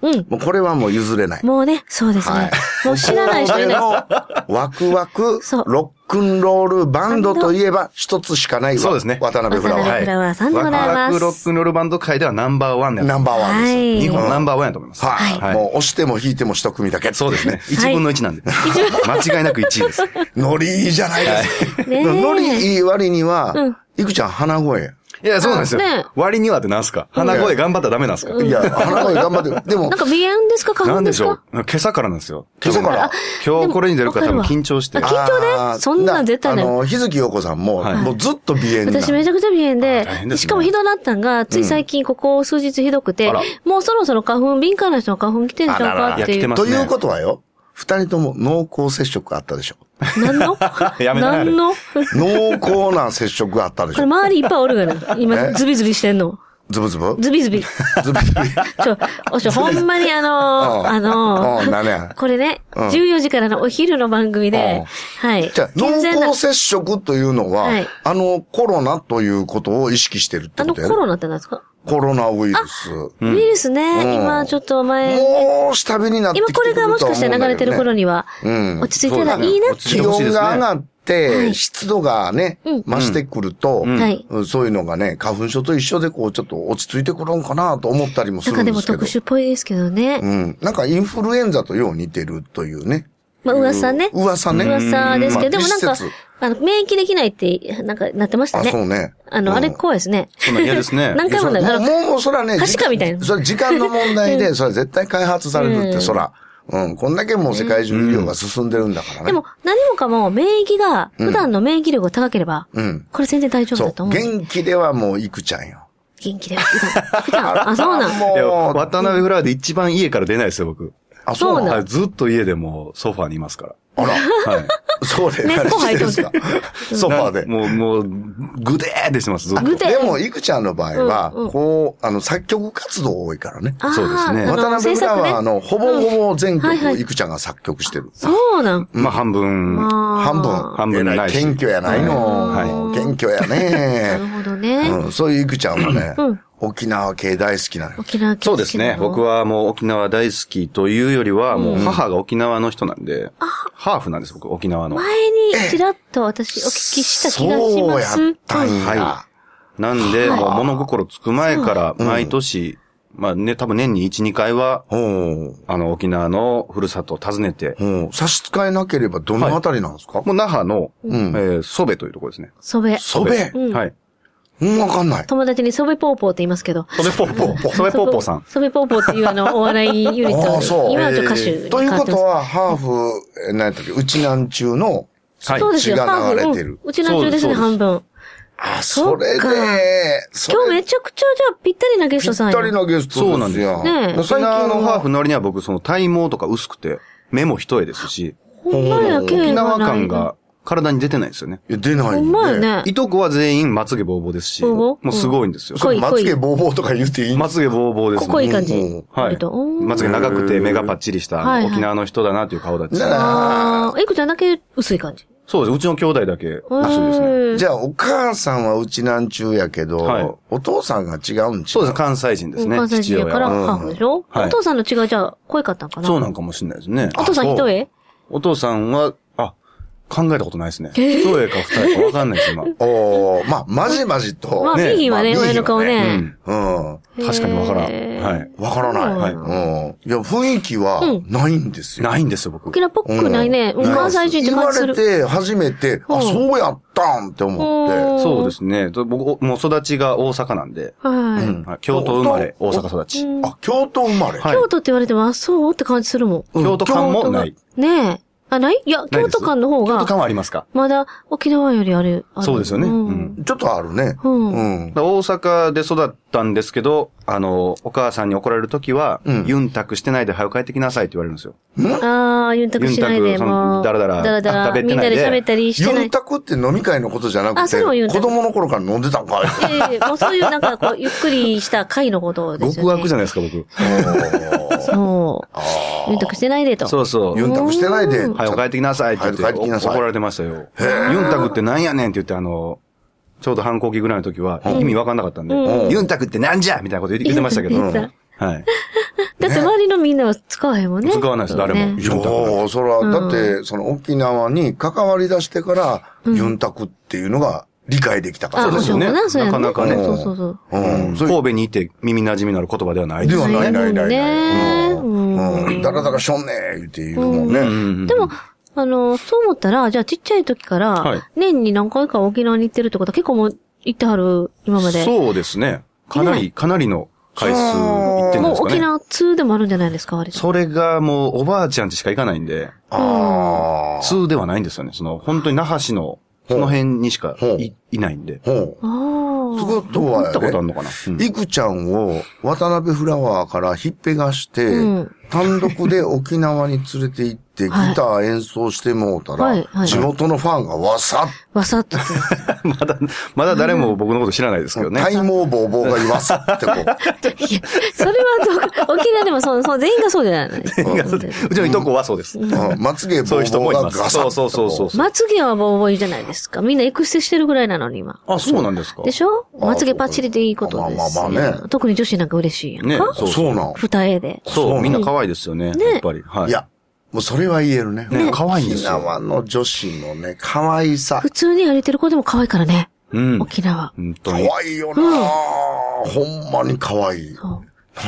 [SPEAKER 1] うん。
[SPEAKER 2] もうこれはもう譲れない。
[SPEAKER 1] もうね、そうですね
[SPEAKER 2] はい。
[SPEAKER 1] もう知らない 人いない。
[SPEAKER 2] のワクワク
[SPEAKER 1] そう、
[SPEAKER 2] ロックンロールバンドといえば一つしかないわ
[SPEAKER 3] そうですね
[SPEAKER 2] 渡辺フラ
[SPEAKER 1] 渡
[SPEAKER 2] ワー。
[SPEAKER 1] 辺フラワーさんで
[SPEAKER 3] ワ
[SPEAKER 1] ござ
[SPEAKER 3] ク
[SPEAKER 1] います
[SPEAKER 3] ワクロックンロールバンド界ではナンバーワン
[SPEAKER 2] ナ
[SPEAKER 3] や
[SPEAKER 2] ンバーワンです。
[SPEAKER 1] はい
[SPEAKER 3] 日本ナンバーワンやと思います。
[SPEAKER 2] はい、
[SPEAKER 3] はい
[SPEAKER 2] もう押しても引いても一組だけ。
[SPEAKER 3] そうですね。。1分の1なんで。間違いなく1位です。
[SPEAKER 2] ノリ いいじゃないですか。
[SPEAKER 1] ねえ
[SPEAKER 2] ノリいい割には、
[SPEAKER 1] うん
[SPEAKER 2] いくちゃん鼻声や。
[SPEAKER 3] いや、そうなんですよ
[SPEAKER 1] ね。
[SPEAKER 3] 割にはってなんすか鼻声頑張ったらダメなんすか
[SPEAKER 2] いや、鼻声頑 張って。でも
[SPEAKER 1] なん、か鼻炎ですか花
[SPEAKER 3] な
[SPEAKER 1] 粉
[SPEAKER 3] ん
[SPEAKER 1] で
[SPEAKER 3] ですしょ
[SPEAKER 1] か
[SPEAKER 3] う今朝からなんですよ。
[SPEAKER 2] 今朝から。
[SPEAKER 3] 今日これに出るか
[SPEAKER 1] で
[SPEAKER 3] 多
[SPEAKER 1] も
[SPEAKER 3] 分
[SPEAKER 1] わかるわ
[SPEAKER 3] 緊張して。
[SPEAKER 1] あ緊張ね
[SPEAKER 2] あー
[SPEAKER 1] そんなん絶対ない
[SPEAKER 2] あの、日月陽子さんも、
[SPEAKER 3] はい
[SPEAKER 2] もうずっと鼻炎な
[SPEAKER 1] 私めちゃくちゃ鼻炎
[SPEAKER 3] あ大変
[SPEAKER 1] で、
[SPEAKER 3] ですね
[SPEAKER 1] しかもひどなったんが、つい最近ここ数日ひどくて
[SPEAKER 3] あら、
[SPEAKER 1] もうそろそろ花粉、敏感な人の花粉来てんちゃう
[SPEAKER 2] あら
[SPEAKER 1] かっ
[SPEAKER 2] ら
[SPEAKER 1] て
[SPEAKER 3] いや来
[SPEAKER 1] い
[SPEAKER 3] て
[SPEAKER 1] う
[SPEAKER 3] ま。
[SPEAKER 2] ということはよ、二人とも濃厚接触あったでしょ。
[SPEAKER 1] 何の
[SPEAKER 3] やめな さい
[SPEAKER 1] 何の
[SPEAKER 2] 濃厚な接触があった
[SPEAKER 1] こ
[SPEAKER 2] でし
[SPEAKER 1] れ
[SPEAKER 2] ょ。
[SPEAKER 1] 周りいっぱいおるがな。今、
[SPEAKER 2] え
[SPEAKER 1] ズビズビしてんの。
[SPEAKER 2] ズブズブ
[SPEAKER 1] ズビズビ。
[SPEAKER 2] ズブズ ブ。
[SPEAKER 1] ちょ、お しょ、ほんまにあの
[SPEAKER 2] う
[SPEAKER 1] ー、
[SPEAKER 2] ん
[SPEAKER 1] あの
[SPEAKER 2] うん、
[SPEAKER 1] ー、
[SPEAKER 2] 何や。
[SPEAKER 1] これね、
[SPEAKER 2] うん
[SPEAKER 1] 14時からのお昼の番組で、はい。
[SPEAKER 2] じゃあ、濃
[SPEAKER 1] 健全な
[SPEAKER 2] 厚接触というのは、
[SPEAKER 1] はい
[SPEAKER 2] あのコロナということを意識してるって
[SPEAKER 1] あ
[SPEAKER 2] こ
[SPEAKER 1] の
[SPEAKER 2] と
[SPEAKER 1] コ
[SPEAKER 2] やね。
[SPEAKER 1] ロナって何ですか
[SPEAKER 2] コロナウイルス。も
[SPEAKER 1] ウイルスね、
[SPEAKER 2] うん
[SPEAKER 1] 今ちょっと前、
[SPEAKER 2] う下火になってき
[SPEAKER 1] 今
[SPEAKER 2] てく
[SPEAKER 1] こ
[SPEAKER 2] る
[SPEAKER 1] れ
[SPEAKER 2] と
[SPEAKER 1] が
[SPEAKER 2] は思
[SPEAKER 1] も
[SPEAKER 2] うん
[SPEAKER 1] しかして
[SPEAKER 2] だけどね
[SPEAKER 1] 流れてる頃には、
[SPEAKER 2] うん
[SPEAKER 1] 落ち着いたらいいなって
[SPEAKER 3] そうですね
[SPEAKER 2] 気温が上がっ
[SPEAKER 1] は
[SPEAKER 2] て、
[SPEAKER 1] い
[SPEAKER 2] 湿度がね、
[SPEAKER 1] うん
[SPEAKER 2] 増してくると、
[SPEAKER 3] うん
[SPEAKER 1] はい
[SPEAKER 2] うんそういうのがね、花粉症と一緒でこう、ちょっと落ち着いてくるんかなと思ったりもす
[SPEAKER 1] なん
[SPEAKER 2] る
[SPEAKER 1] か
[SPEAKER 2] ん
[SPEAKER 1] で
[SPEAKER 2] で
[SPEAKER 1] も
[SPEAKER 2] すけ
[SPEAKER 1] 特
[SPEAKER 2] ど。
[SPEAKER 1] 殊っぽいですけどね。
[SPEAKER 2] うん。なんかインフルエンザとよう似てるというね。
[SPEAKER 1] まあ噂ね。
[SPEAKER 2] 噂ね。
[SPEAKER 1] 噂ですけど、で
[SPEAKER 2] うん
[SPEAKER 1] もなん
[SPEAKER 2] ま
[SPEAKER 1] か
[SPEAKER 2] あ一説、
[SPEAKER 1] あの、免疫できないって、なんかなってました
[SPEAKER 2] あ、
[SPEAKER 1] ね。
[SPEAKER 2] そうね。
[SPEAKER 1] あの、
[SPEAKER 2] うん
[SPEAKER 1] あれ怖いですね。
[SPEAKER 3] そんなん嫌ですね。
[SPEAKER 1] 何回もだか
[SPEAKER 2] もう、
[SPEAKER 1] ら、
[SPEAKER 2] もうもう、そらね、
[SPEAKER 1] はしかみたいな
[SPEAKER 2] それ時間の問題で、それ絶対開発されるっ
[SPEAKER 1] う
[SPEAKER 2] て、
[SPEAKER 1] ん
[SPEAKER 2] そら。うん、こんだけもう世界中医療が進んでるんだからね。
[SPEAKER 1] でも、何もかも免疫が、普段の免疫力が高ければ、
[SPEAKER 2] うん。
[SPEAKER 1] これ全然大丈夫
[SPEAKER 2] そ
[SPEAKER 1] だと
[SPEAKER 2] う。
[SPEAKER 1] 思う。
[SPEAKER 2] 元気ではもういくちゃんよ。
[SPEAKER 1] 元気で。普 段、あ、そうなん。
[SPEAKER 3] いや
[SPEAKER 2] もう、
[SPEAKER 3] 渡辺フラワーで一番家から出ないですよ、僕。
[SPEAKER 2] あ、そう
[SPEAKER 1] そう
[SPEAKER 2] な
[SPEAKER 1] なんん
[SPEAKER 3] はいずっと家でもうソファーにいますから。
[SPEAKER 2] あら。
[SPEAKER 3] はい。
[SPEAKER 2] そうで、
[SPEAKER 1] ね
[SPEAKER 2] 何
[SPEAKER 1] 後
[SPEAKER 2] して
[SPEAKER 1] 輩
[SPEAKER 2] るん
[SPEAKER 1] と
[SPEAKER 2] ですか ソファーで。
[SPEAKER 3] もう、もう、ぐでーってしてます、ずっと。
[SPEAKER 1] ぐて
[SPEAKER 2] でも、いくちゃんの場合は
[SPEAKER 1] うんうん、
[SPEAKER 2] こう、あの、作曲活動多いからね。
[SPEAKER 1] あー
[SPEAKER 3] そうですね
[SPEAKER 1] あの
[SPEAKER 2] 渡辺
[SPEAKER 1] 制
[SPEAKER 2] フラ
[SPEAKER 1] 作ね
[SPEAKER 2] ワーのほぼほぼ全
[SPEAKER 1] うんはい
[SPEAKER 2] 曲
[SPEAKER 1] は
[SPEAKER 2] を
[SPEAKER 1] い
[SPEAKER 2] いくちゃんが作曲してる。
[SPEAKER 1] そうなん。
[SPEAKER 3] まあ、半分。
[SPEAKER 1] まあ
[SPEAKER 2] 半分。
[SPEAKER 3] 半分ないし
[SPEAKER 2] 謙虚やないの。
[SPEAKER 1] はい
[SPEAKER 2] 謙虚や
[SPEAKER 1] な
[SPEAKER 2] ね
[SPEAKER 1] る。ほど ね。
[SPEAKER 2] うん、そういういくちゃんはね、
[SPEAKER 1] うん
[SPEAKER 2] 沖縄系大好きなのよ。
[SPEAKER 1] 沖縄
[SPEAKER 3] そうですね。僕
[SPEAKER 1] は。
[SPEAKER 3] はもう沖縄大好きというよりは、もう母が沖縄の人なんで、ハーフなんです、僕、沖縄の。
[SPEAKER 1] 前にちらっと私お聞きした気がします。
[SPEAKER 2] そうやったんや。
[SPEAKER 3] はい。なんで、もう物心つく前から毎年、まあね、多分年に1、2回は、
[SPEAKER 2] ほう。
[SPEAKER 3] あの、沖縄のふるさとを訪ねて、
[SPEAKER 2] ほう。差し支えなければどのあたりなんですか、
[SPEAKER 3] もう那覇の、
[SPEAKER 2] ん
[SPEAKER 3] えー、ソベというところですね。
[SPEAKER 1] そべ。
[SPEAKER 2] ソベ
[SPEAKER 1] うん
[SPEAKER 3] はい。
[SPEAKER 2] うん、わかんない。
[SPEAKER 1] 友達にそべぽーぽーって言いますけど。
[SPEAKER 3] ソベポーポ ー。ソベポーポーさん。
[SPEAKER 1] そべぽーぽーっていうあの、お笑いユニッ
[SPEAKER 2] あ
[SPEAKER 1] ト
[SPEAKER 2] あそう
[SPEAKER 1] 今はちょっと歌手に
[SPEAKER 2] とい
[SPEAKER 1] 変わ
[SPEAKER 2] う
[SPEAKER 1] っ
[SPEAKER 2] こ
[SPEAKER 1] てま
[SPEAKER 2] と
[SPEAKER 1] す。
[SPEAKER 2] は、ハーフ、えー何やったっけ、うちなんちゅうの、
[SPEAKER 3] はい
[SPEAKER 1] そうですよ、
[SPEAKER 2] 血が
[SPEAKER 1] 半分。
[SPEAKER 2] 流れ
[SPEAKER 1] う
[SPEAKER 2] てる
[SPEAKER 1] んうちなんちゅうですね、
[SPEAKER 3] そうです
[SPEAKER 1] 半分。
[SPEAKER 2] あ、それ
[SPEAKER 1] そっ
[SPEAKER 2] で、そ
[SPEAKER 1] 今日
[SPEAKER 2] れ
[SPEAKER 1] めちゃくちゃじゃあぴったりなゲス
[SPEAKER 2] ぴ
[SPEAKER 1] ト
[SPEAKER 2] っ
[SPEAKER 1] さんや。
[SPEAKER 2] たりなゲスト
[SPEAKER 3] そうなんです
[SPEAKER 2] よ。
[SPEAKER 3] よ
[SPEAKER 1] ねえ
[SPEAKER 2] もう
[SPEAKER 3] 沖
[SPEAKER 2] 最近
[SPEAKER 3] 縄のハー
[SPEAKER 2] は
[SPEAKER 3] フ、の割には僕、その体毛とか薄くて、目も一重ですし、
[SPEAKER 1] ほんまや、
[SPEAKER 2] うん
[SPEAKER 1] 綺麗
[SPEAKER 3] 沖
[SPEAKER 1] な
[SPEAKER 3] 縄感。が体に出てないんですよね。
[SPEAKER 2] いや出ないんで。
[SPEAKER 1] ほんまやね。
[SPEAKER 3] いとこは全員まつげぼうぼうですし、
[SPEAKER 1] ぼうぼ
[SPEAKER 3] も
[SPEAKER 1] う
[SPEAKER 3] うすごいんですよ。
[SPEAKER 1] 濃い
[SPEAKER 2] まつげぼうぼうとか言っていい
[SPEAKER 3] まつげぼうぼうです
[SPEAKER 1] こ
[SPEAKER 3] ね。
[SPEAKER 1] こいい感
[SPEAKER 2] う
[SPEAKER 1] じ
[SPEAKER 2] ん。
[SPEAKER 3] はい
[SPEAKER 1] 割とう。ん
[SPEAKER 3] まつげ長くて目がパッチリし
[SPEAKER 1] はい
[SPEAKER 3] た
[SPEAKER 1] はい
[SPEAKER 3] 沖縄の人だなという顔立ち。
[SPEAKER 1] ああ、エイクちゃんだけ薄い感じ。
[SPEAKER 3] そうです。うちの兄弟だけ薄いですね。
[SPEAKER 1] うん
[SPEAKER 2] じゃあ、お母さんはうちなんちゅうやけど、
[SPEAKER 3] はい
[SPEAKER 2] お父さんが違うんち
[SPEAKER 3] そうです。
[SPEAKER 2] か。
[SPEAKER 3] 関西人ですね。
[SPEAKER 1] 関西
[SPEAKER 3] 父
[SPEAKER 1] 人や
[SPEAKER 3] 親
[SPEAKER 1] から
[SPEAKER 3] は。
[SPEAKER 1] ハーフでしょ
[SPEAKER 3] はい
[SPEAKER 1] お父さんの違いじゃあ、濃いかったんかな
[SPEAKER 3] そうなんかもしれないですね。
[SPEAKER 1] お父さん一重
[SPEAKER 3] お父さんは、あ、考えたことないですね。一重か二重かわかんないで す、今。う
[SPEAKER 2] おー、まあ、まじまじと。
[SPEAKER 1] まあ、
[SPEAKER 3] ね
[SPEAKER 1] ミーヒーはね、
[SPEAKER 2] まあ
[SPEAKER 1] 親の顔
[SPEAKER 2] ミーヒ
[SPEAKER 1] ね。
[SPEAKER 3] ん。
[SPEAKER 2] うん。
[SPEAKER 3] 確かにわからん。
[SPEAKER 1] へー
[SPEAKER 3] はい。
[SPEAKER 2] わからない。
[SPEAKER 3] そう
[SPEAKER 2] うん。いや、雰囲気は
[SPEAKER 1] うん
[SPEAKER 2] ないんですよ。
[SPEAKER 3] ないんですよ、僕
[SPEAKER 1] 沖。縄っぽくないね。
[SPEAKER 2] う
[SPEAKER 1] うんん関西人って
[SPEAKER 2] 言
[SPEAKER 1] 感
[SPEAKER 2] わ
[SPEAKER 1] じす
[SPEAKER 2] れ
[SPEAKER 1] る。
[SPEAKER 2] て、初めて、
[SPEAKER 1] うん
[SPEAKER 2] あ、そうやったんって思って。
[SPEAKER 3] そうですね。と僕、もう育ちが大阪なんで、
[SPEAKER 1] はい。
[SPEAKER 3] はい京都生まれ、大阪育ち。
[SPEAKER 2] あ、京都生まれ。
[SPEAKER 3] はい
[SPEAKER 1] 京都って言われても、あ、そうって感じするも
[SPEAKER 2] うん
[SPEAKER 3] 京都感もない。
[SPEAKER 2] 京
[SPEAKER 1] ん。ねえ。あ、ないいや、
[SPEAKER 3] ない
[SPEAKER 1] 京
[SPEAKER 3] です
[SPEAKER 1] 都間の方
[SPEAKER 3] 京都感
[SPEAKER 1] が、
[SPEAKER 3] はありますか
[SPEAKER 1] まだ沖縄よりある。ある
[SPEAKER 3] そうですよね。
[SPEAKER 1] ん
[SPEAKER 3] うん。
[SPEAKER 2] ちょっとあるね。
[SPEAKER 1] うん
[SPEAKER 2] うん
[SPEAKER 3] だから大阪で育ったんですけど、あの、お母さんに怒られるときは、
[SPEAKER 2] うん
[SPEAKER 3] ユンタクしてないで早く帰ってきなさいって言われるんですよ。
[SPEAKER 1] ああ、ユンタクしないで、
[SPEAKER 3] ユンタクその
[SPEAKER 1] もう。
[SPEAKER 3] だらだら
[SPEAKER 1] だらだら
[SPEAKER 3] 食べ
[SPEAKER 1] み
[SPEAKER 3] て
[SPEAKER 1] んな
[SPEAKER 3] ない
[SPEAKER 1] で
[SPEAKER 3] で
[SPEAKER 1] 喋ったりしてな
[SPEAKER 2] ユン
[SPEAKER 1] い。
[SPEAKER 2] タクって飲み会のことじゃな
[SPEAKER 1] あ
[SPEAKER 2] く
[SPEAKER 1] そ
[SPEAKER 2] て、
[SPEAKER 1] れもユン
[SPEAKER 2] 子
[SPEAKER 1] タク
[SPEAKER 2] 供の頃から飲んでたんかい。
[SPEAKER 1] ええもうそういうなんかこう、ゆっくりした会のことですよ
[SPEAKER 3] 極
[SPEAKER 1] ね。
[SPEAKER 3] 悪じゃ
[SPEAKER 1] ゃ
[SPEAKER 3] ないですか、僕。
[SPEAKER 1] そう。ユンタクしてないでと。
[SPEAKER 3] そうそう。
[SPEAKER 2] ユンタクしてないで。
[SPEAKER 3] 早く帰ってきなさいって言って
[SPEAKER 2] 早く帰ってきなさい
[SPEAKER 3] 怒られてましたよ。ユンタクってなんやねんって言って、あの、ちょうど反抗期ぐらいの時は、意味わかんなかったんで、
[SPEAKER 2] うん
[SPEAKER 3] ユンタクってなんじゃみたいなこと言って言ってましたけど、
[SPEAKER 1] 言ってた
[SPEAKER 3] はい。
[SPEAKER 1] だって周りのみんなは使わへんもんね。
[SPEAKER 3] 使わないです誰も
[SPEAKER 1] ね
[SPEAKER 2] いやー、それは、だって、その沖縄に関わり出してから、ユンタクっていうのが理解できたから。
[SPEAKER 1] あ、
[SPEAKER 3] そうですよね
[SPEAKER 1] もな、そうやね
[SPEAKER 3] なかなかね
[SPEAKER 1] そうそうそう。
[SPEAKER 2] うん。
[SPEAKER 3] 神戸にいて耳馴染みのある言葉ではないで
[SPEAKER 2] ですは
[SPEAKER 3] ね。
[SPEAKER 2] ないないないない。
[SPEAKER 1] う
[SPEAKER 2] うんん。だらだらしょんねー言って言うもんね。
[SPEAKER 3] うんうんうん
[SPEAKER 1] でも、あの、そう思ったら、じゃあちっちゃい時か
[SPEAKER 3] はい
[SPEAKER 1] ら、年に何回か沖縄に行ってるってことは結構もう行ってはる、今まで。
[SPEAKER 3] そうですね。かなり、かなりの回数行ってんじゃな
[SPEAKER 1] も
[SPEAKER 3] いで
[SPEAKER 1] う
[SPEAKER 3] すか
[SPEAKER 1] 沖
[SPEAKER 3] ね。
[SPEAKER 1] 縄通でもあるんじゃないですか、割と。
[SPEAKER 3] それがもうおばあちゃんちしか行かないんで、
[SPEAKER 2] ああ。
[SPEAKER 3] 通ではないんですよね。その、本当に那覇市の、その辺にしか
[SPEAKER 2] ほう
[SPEAKER 3] いいないんで。
[SPEAKER 2] ほ
[SPEAKER 1] あ
[SPEAKER 2] う。
[SPEAKER 1] あ。
[SPEAKER 2] つことは
[SPEAKER 3] 行
[SPEAKER 2] や
[SPEAKER 3] ったことある
[SPEAKER 2] ね、
[SPEAKER 3] のかな、うん
[SPEAKER 2] いくちゃんを渡辺フラワーから引っぺがして、
[SPEAKER 1] うん
[SPEAKER 2] 単独で沖縄に連れて行って、ギタ
[SPEAKER 1] はい
[SPEAKER 2] ー演奏してもうたら、
[SPEAKER 1] はいはい
[SPEAKER 2] 地元のファンがわさっ
[SPEAKER 1] わさっと。
[SPEAKER 3] まだ、まだ誰も僕のこと知らないですけどね。
[SPEAKER 2] 体毛ボーボーがいますってこう。
[SPEAKER 1] いや、それはどうか、沖縄でもそう、そう、全員がそうじゃない。全
[SPEAKER 3] いやそう うちのいとこはそうです。
[SPEAKER 2] うんまつげボ
[SPEAKER 3] そういう
[SPEAKER 2] ー
[SPEAKER 3] 人
[SPEAKER 2] ボ
[SPEAKER 3] も
[SPEAKER 2] ー
[SPEAKER 3] い
[SPEAKER 2] が
[SPEAKER 3] ます
[SPEAKER 2] ガ。サッ
[SPEAKER 3] そ
[SPEAKER 2] と
[SPEAKER 3] うそうそうそう。
[SPEAKER 1] まつげはボーボーいいじゃないですか。みんなエクステしてるぐらいなのに今。
[SPEAKER 3] あ、そうなんですか
[SPEAKER 1] でしょ
[SPEAKER 2] あ
[SPEAKER 1] まつげパッチリでいいことですよ。
[SPEAKER 2] まあまあまあね
[SPEAKER 1] 特に女子なんか嬉しいやん
[SPEAKER 3] ね
[SPEAKER 1] か。
[SPEAKER 3] そう
[SPEAKER 2] そうなん。
[SPEAKER 1] 二重で。
[SPEAKER 3] そう、みんな可愛いですよね。やっぱり。はいい。
[SPEAKER 2] や、もうそれは言えるね。
[SPEAKER 3] ね可愛いんですよ
[SPEAKER 2] 沖縄の女子のね、可愛さ
[SPEAKER 1] 普。通に歩いてる子でも可愛いからね。
[SPEAKER 3] うん。
[SPEAKER 1] 沖縄。
[SPEAKER 3] 本当
[SPEAKER 2] 可
[SPEAKER 3] に。
[SPEAKER 2] 愛いよな、ほんまに可愛い。
[SPEAKER 1] そ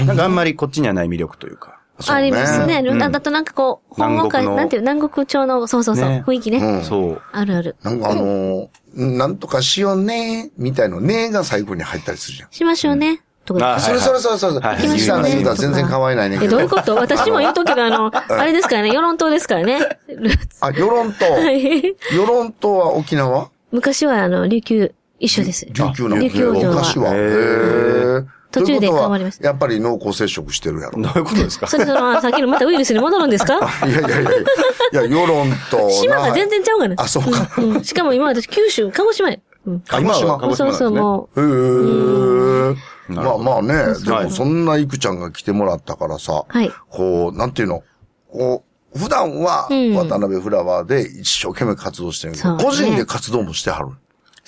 [SPEAKER 1] う
[SPEAKER 3] なんかあんまりこっちにはない魅力というか。
[SPEAKER 2] そう
[SPEAKER 1] ありますね。あだとなんかこう、本国
[SPEAKER 3] 南国の
[SPEAKER 1] なんていう、南国町の、そうそうそう、
[SPEAKER 3] ね
[SPEAKER 1] 雰囲気ね。
[SPEAKER 2] うん
[SPEAKER 3] そう。
[SPEAKER 1] あるある。
[SPEAKER 2] なんかあのーなんとかしようねみたいのねが最後に入ったりするじゃん。
[SPEAKER 1] しましょうね。とか言って
[SPEAKER 3] あ
[SPEAKER 2] それそれそれそれ。
[SPEAKER 3] はいはい
[SPEAKER 1] 行きま
[SPEAKER 2] 西
[SPEAKER 1] し
[SPEAKER 2] さ
[SPEAKER 1] ょ
[SPEAKER 2] ん
[SPEAKER 1] う
[SPEAKER 2] の
[SPEAKER 1] ね
[SPEAKER 2] 言うたら全然可愛いないねん
[SPEAKER 1] え、
[SPEAKER 2] け
[SPEAKER 1] どうい
[SPEAKER 2] ど
[SPEAKER 1] う。こと私も言うときが、あの、あれですからね、世論党ですからね。
[SPEAKER 2] あ、与論島。与論島は沖縄
[SPEAKER 1] 昔は、あの、琉球一緒です。
[SPEAKER 2] 琉球なん
[SPEAKER 1] 琉球王朝は
[SPEAKER 2] 昔は。
[SPEAKER 3] へ
[SPEAKER 2] へ
[SPEAKER 3] ー
[SPEAKER 2] ー
[SPEAKER 1] 途中で変わりました
[SPEAKER 2] ということはやっぱり濃厚接触してるやろ。
[SPEAKER 3] どういうことですか
[SPEAKER 1] それその、さっきのまたウイルスに戻るんですか
[SPEAKER 2] いやいやいやいや。いや、与論島。
[SPEAKER 1] 島が全然ちゃうがな。
[SPEAKER 2] あそうか
[SPEAKER 1] んんしかも今私、九州、鹿児島や。うん。
[SPEAKER 3] あ今は鹿児島
[SPEAKER 1] そう
[SPEAKER 3] なんで
[SPEAKER 1] そう、
[SPEAKER 3] すね。
[SPEAKER 1] も
[SPEAKER 2] へー
[SPEAKER 3] な
[SPEAKER 2] ま
[SPEAKER 3] る
[SPEAKER 2] あ
[SPEAKER 3] ほど
[SPEAKER 2] まあね、で
[SPEAKER 3] は
[SPEAKER 2] も
[SPEAKER 3] い
[SPEAKER 2] そんないくちゃんが来てもらったからさ、
[SPEAKER 1] はい
[SPEAKER 2] こう、なんていうの、こう、普段は
[SPEAKER 1] うん
[SPEAKER 2] 渡辺フラワーで一生懸命活動してるけ
[SPEAKER 1] そ
[SPEAKER 2] ど、
[SPEAKER 1] うね
[SPEAKER 2] 個人で活動もしてはる。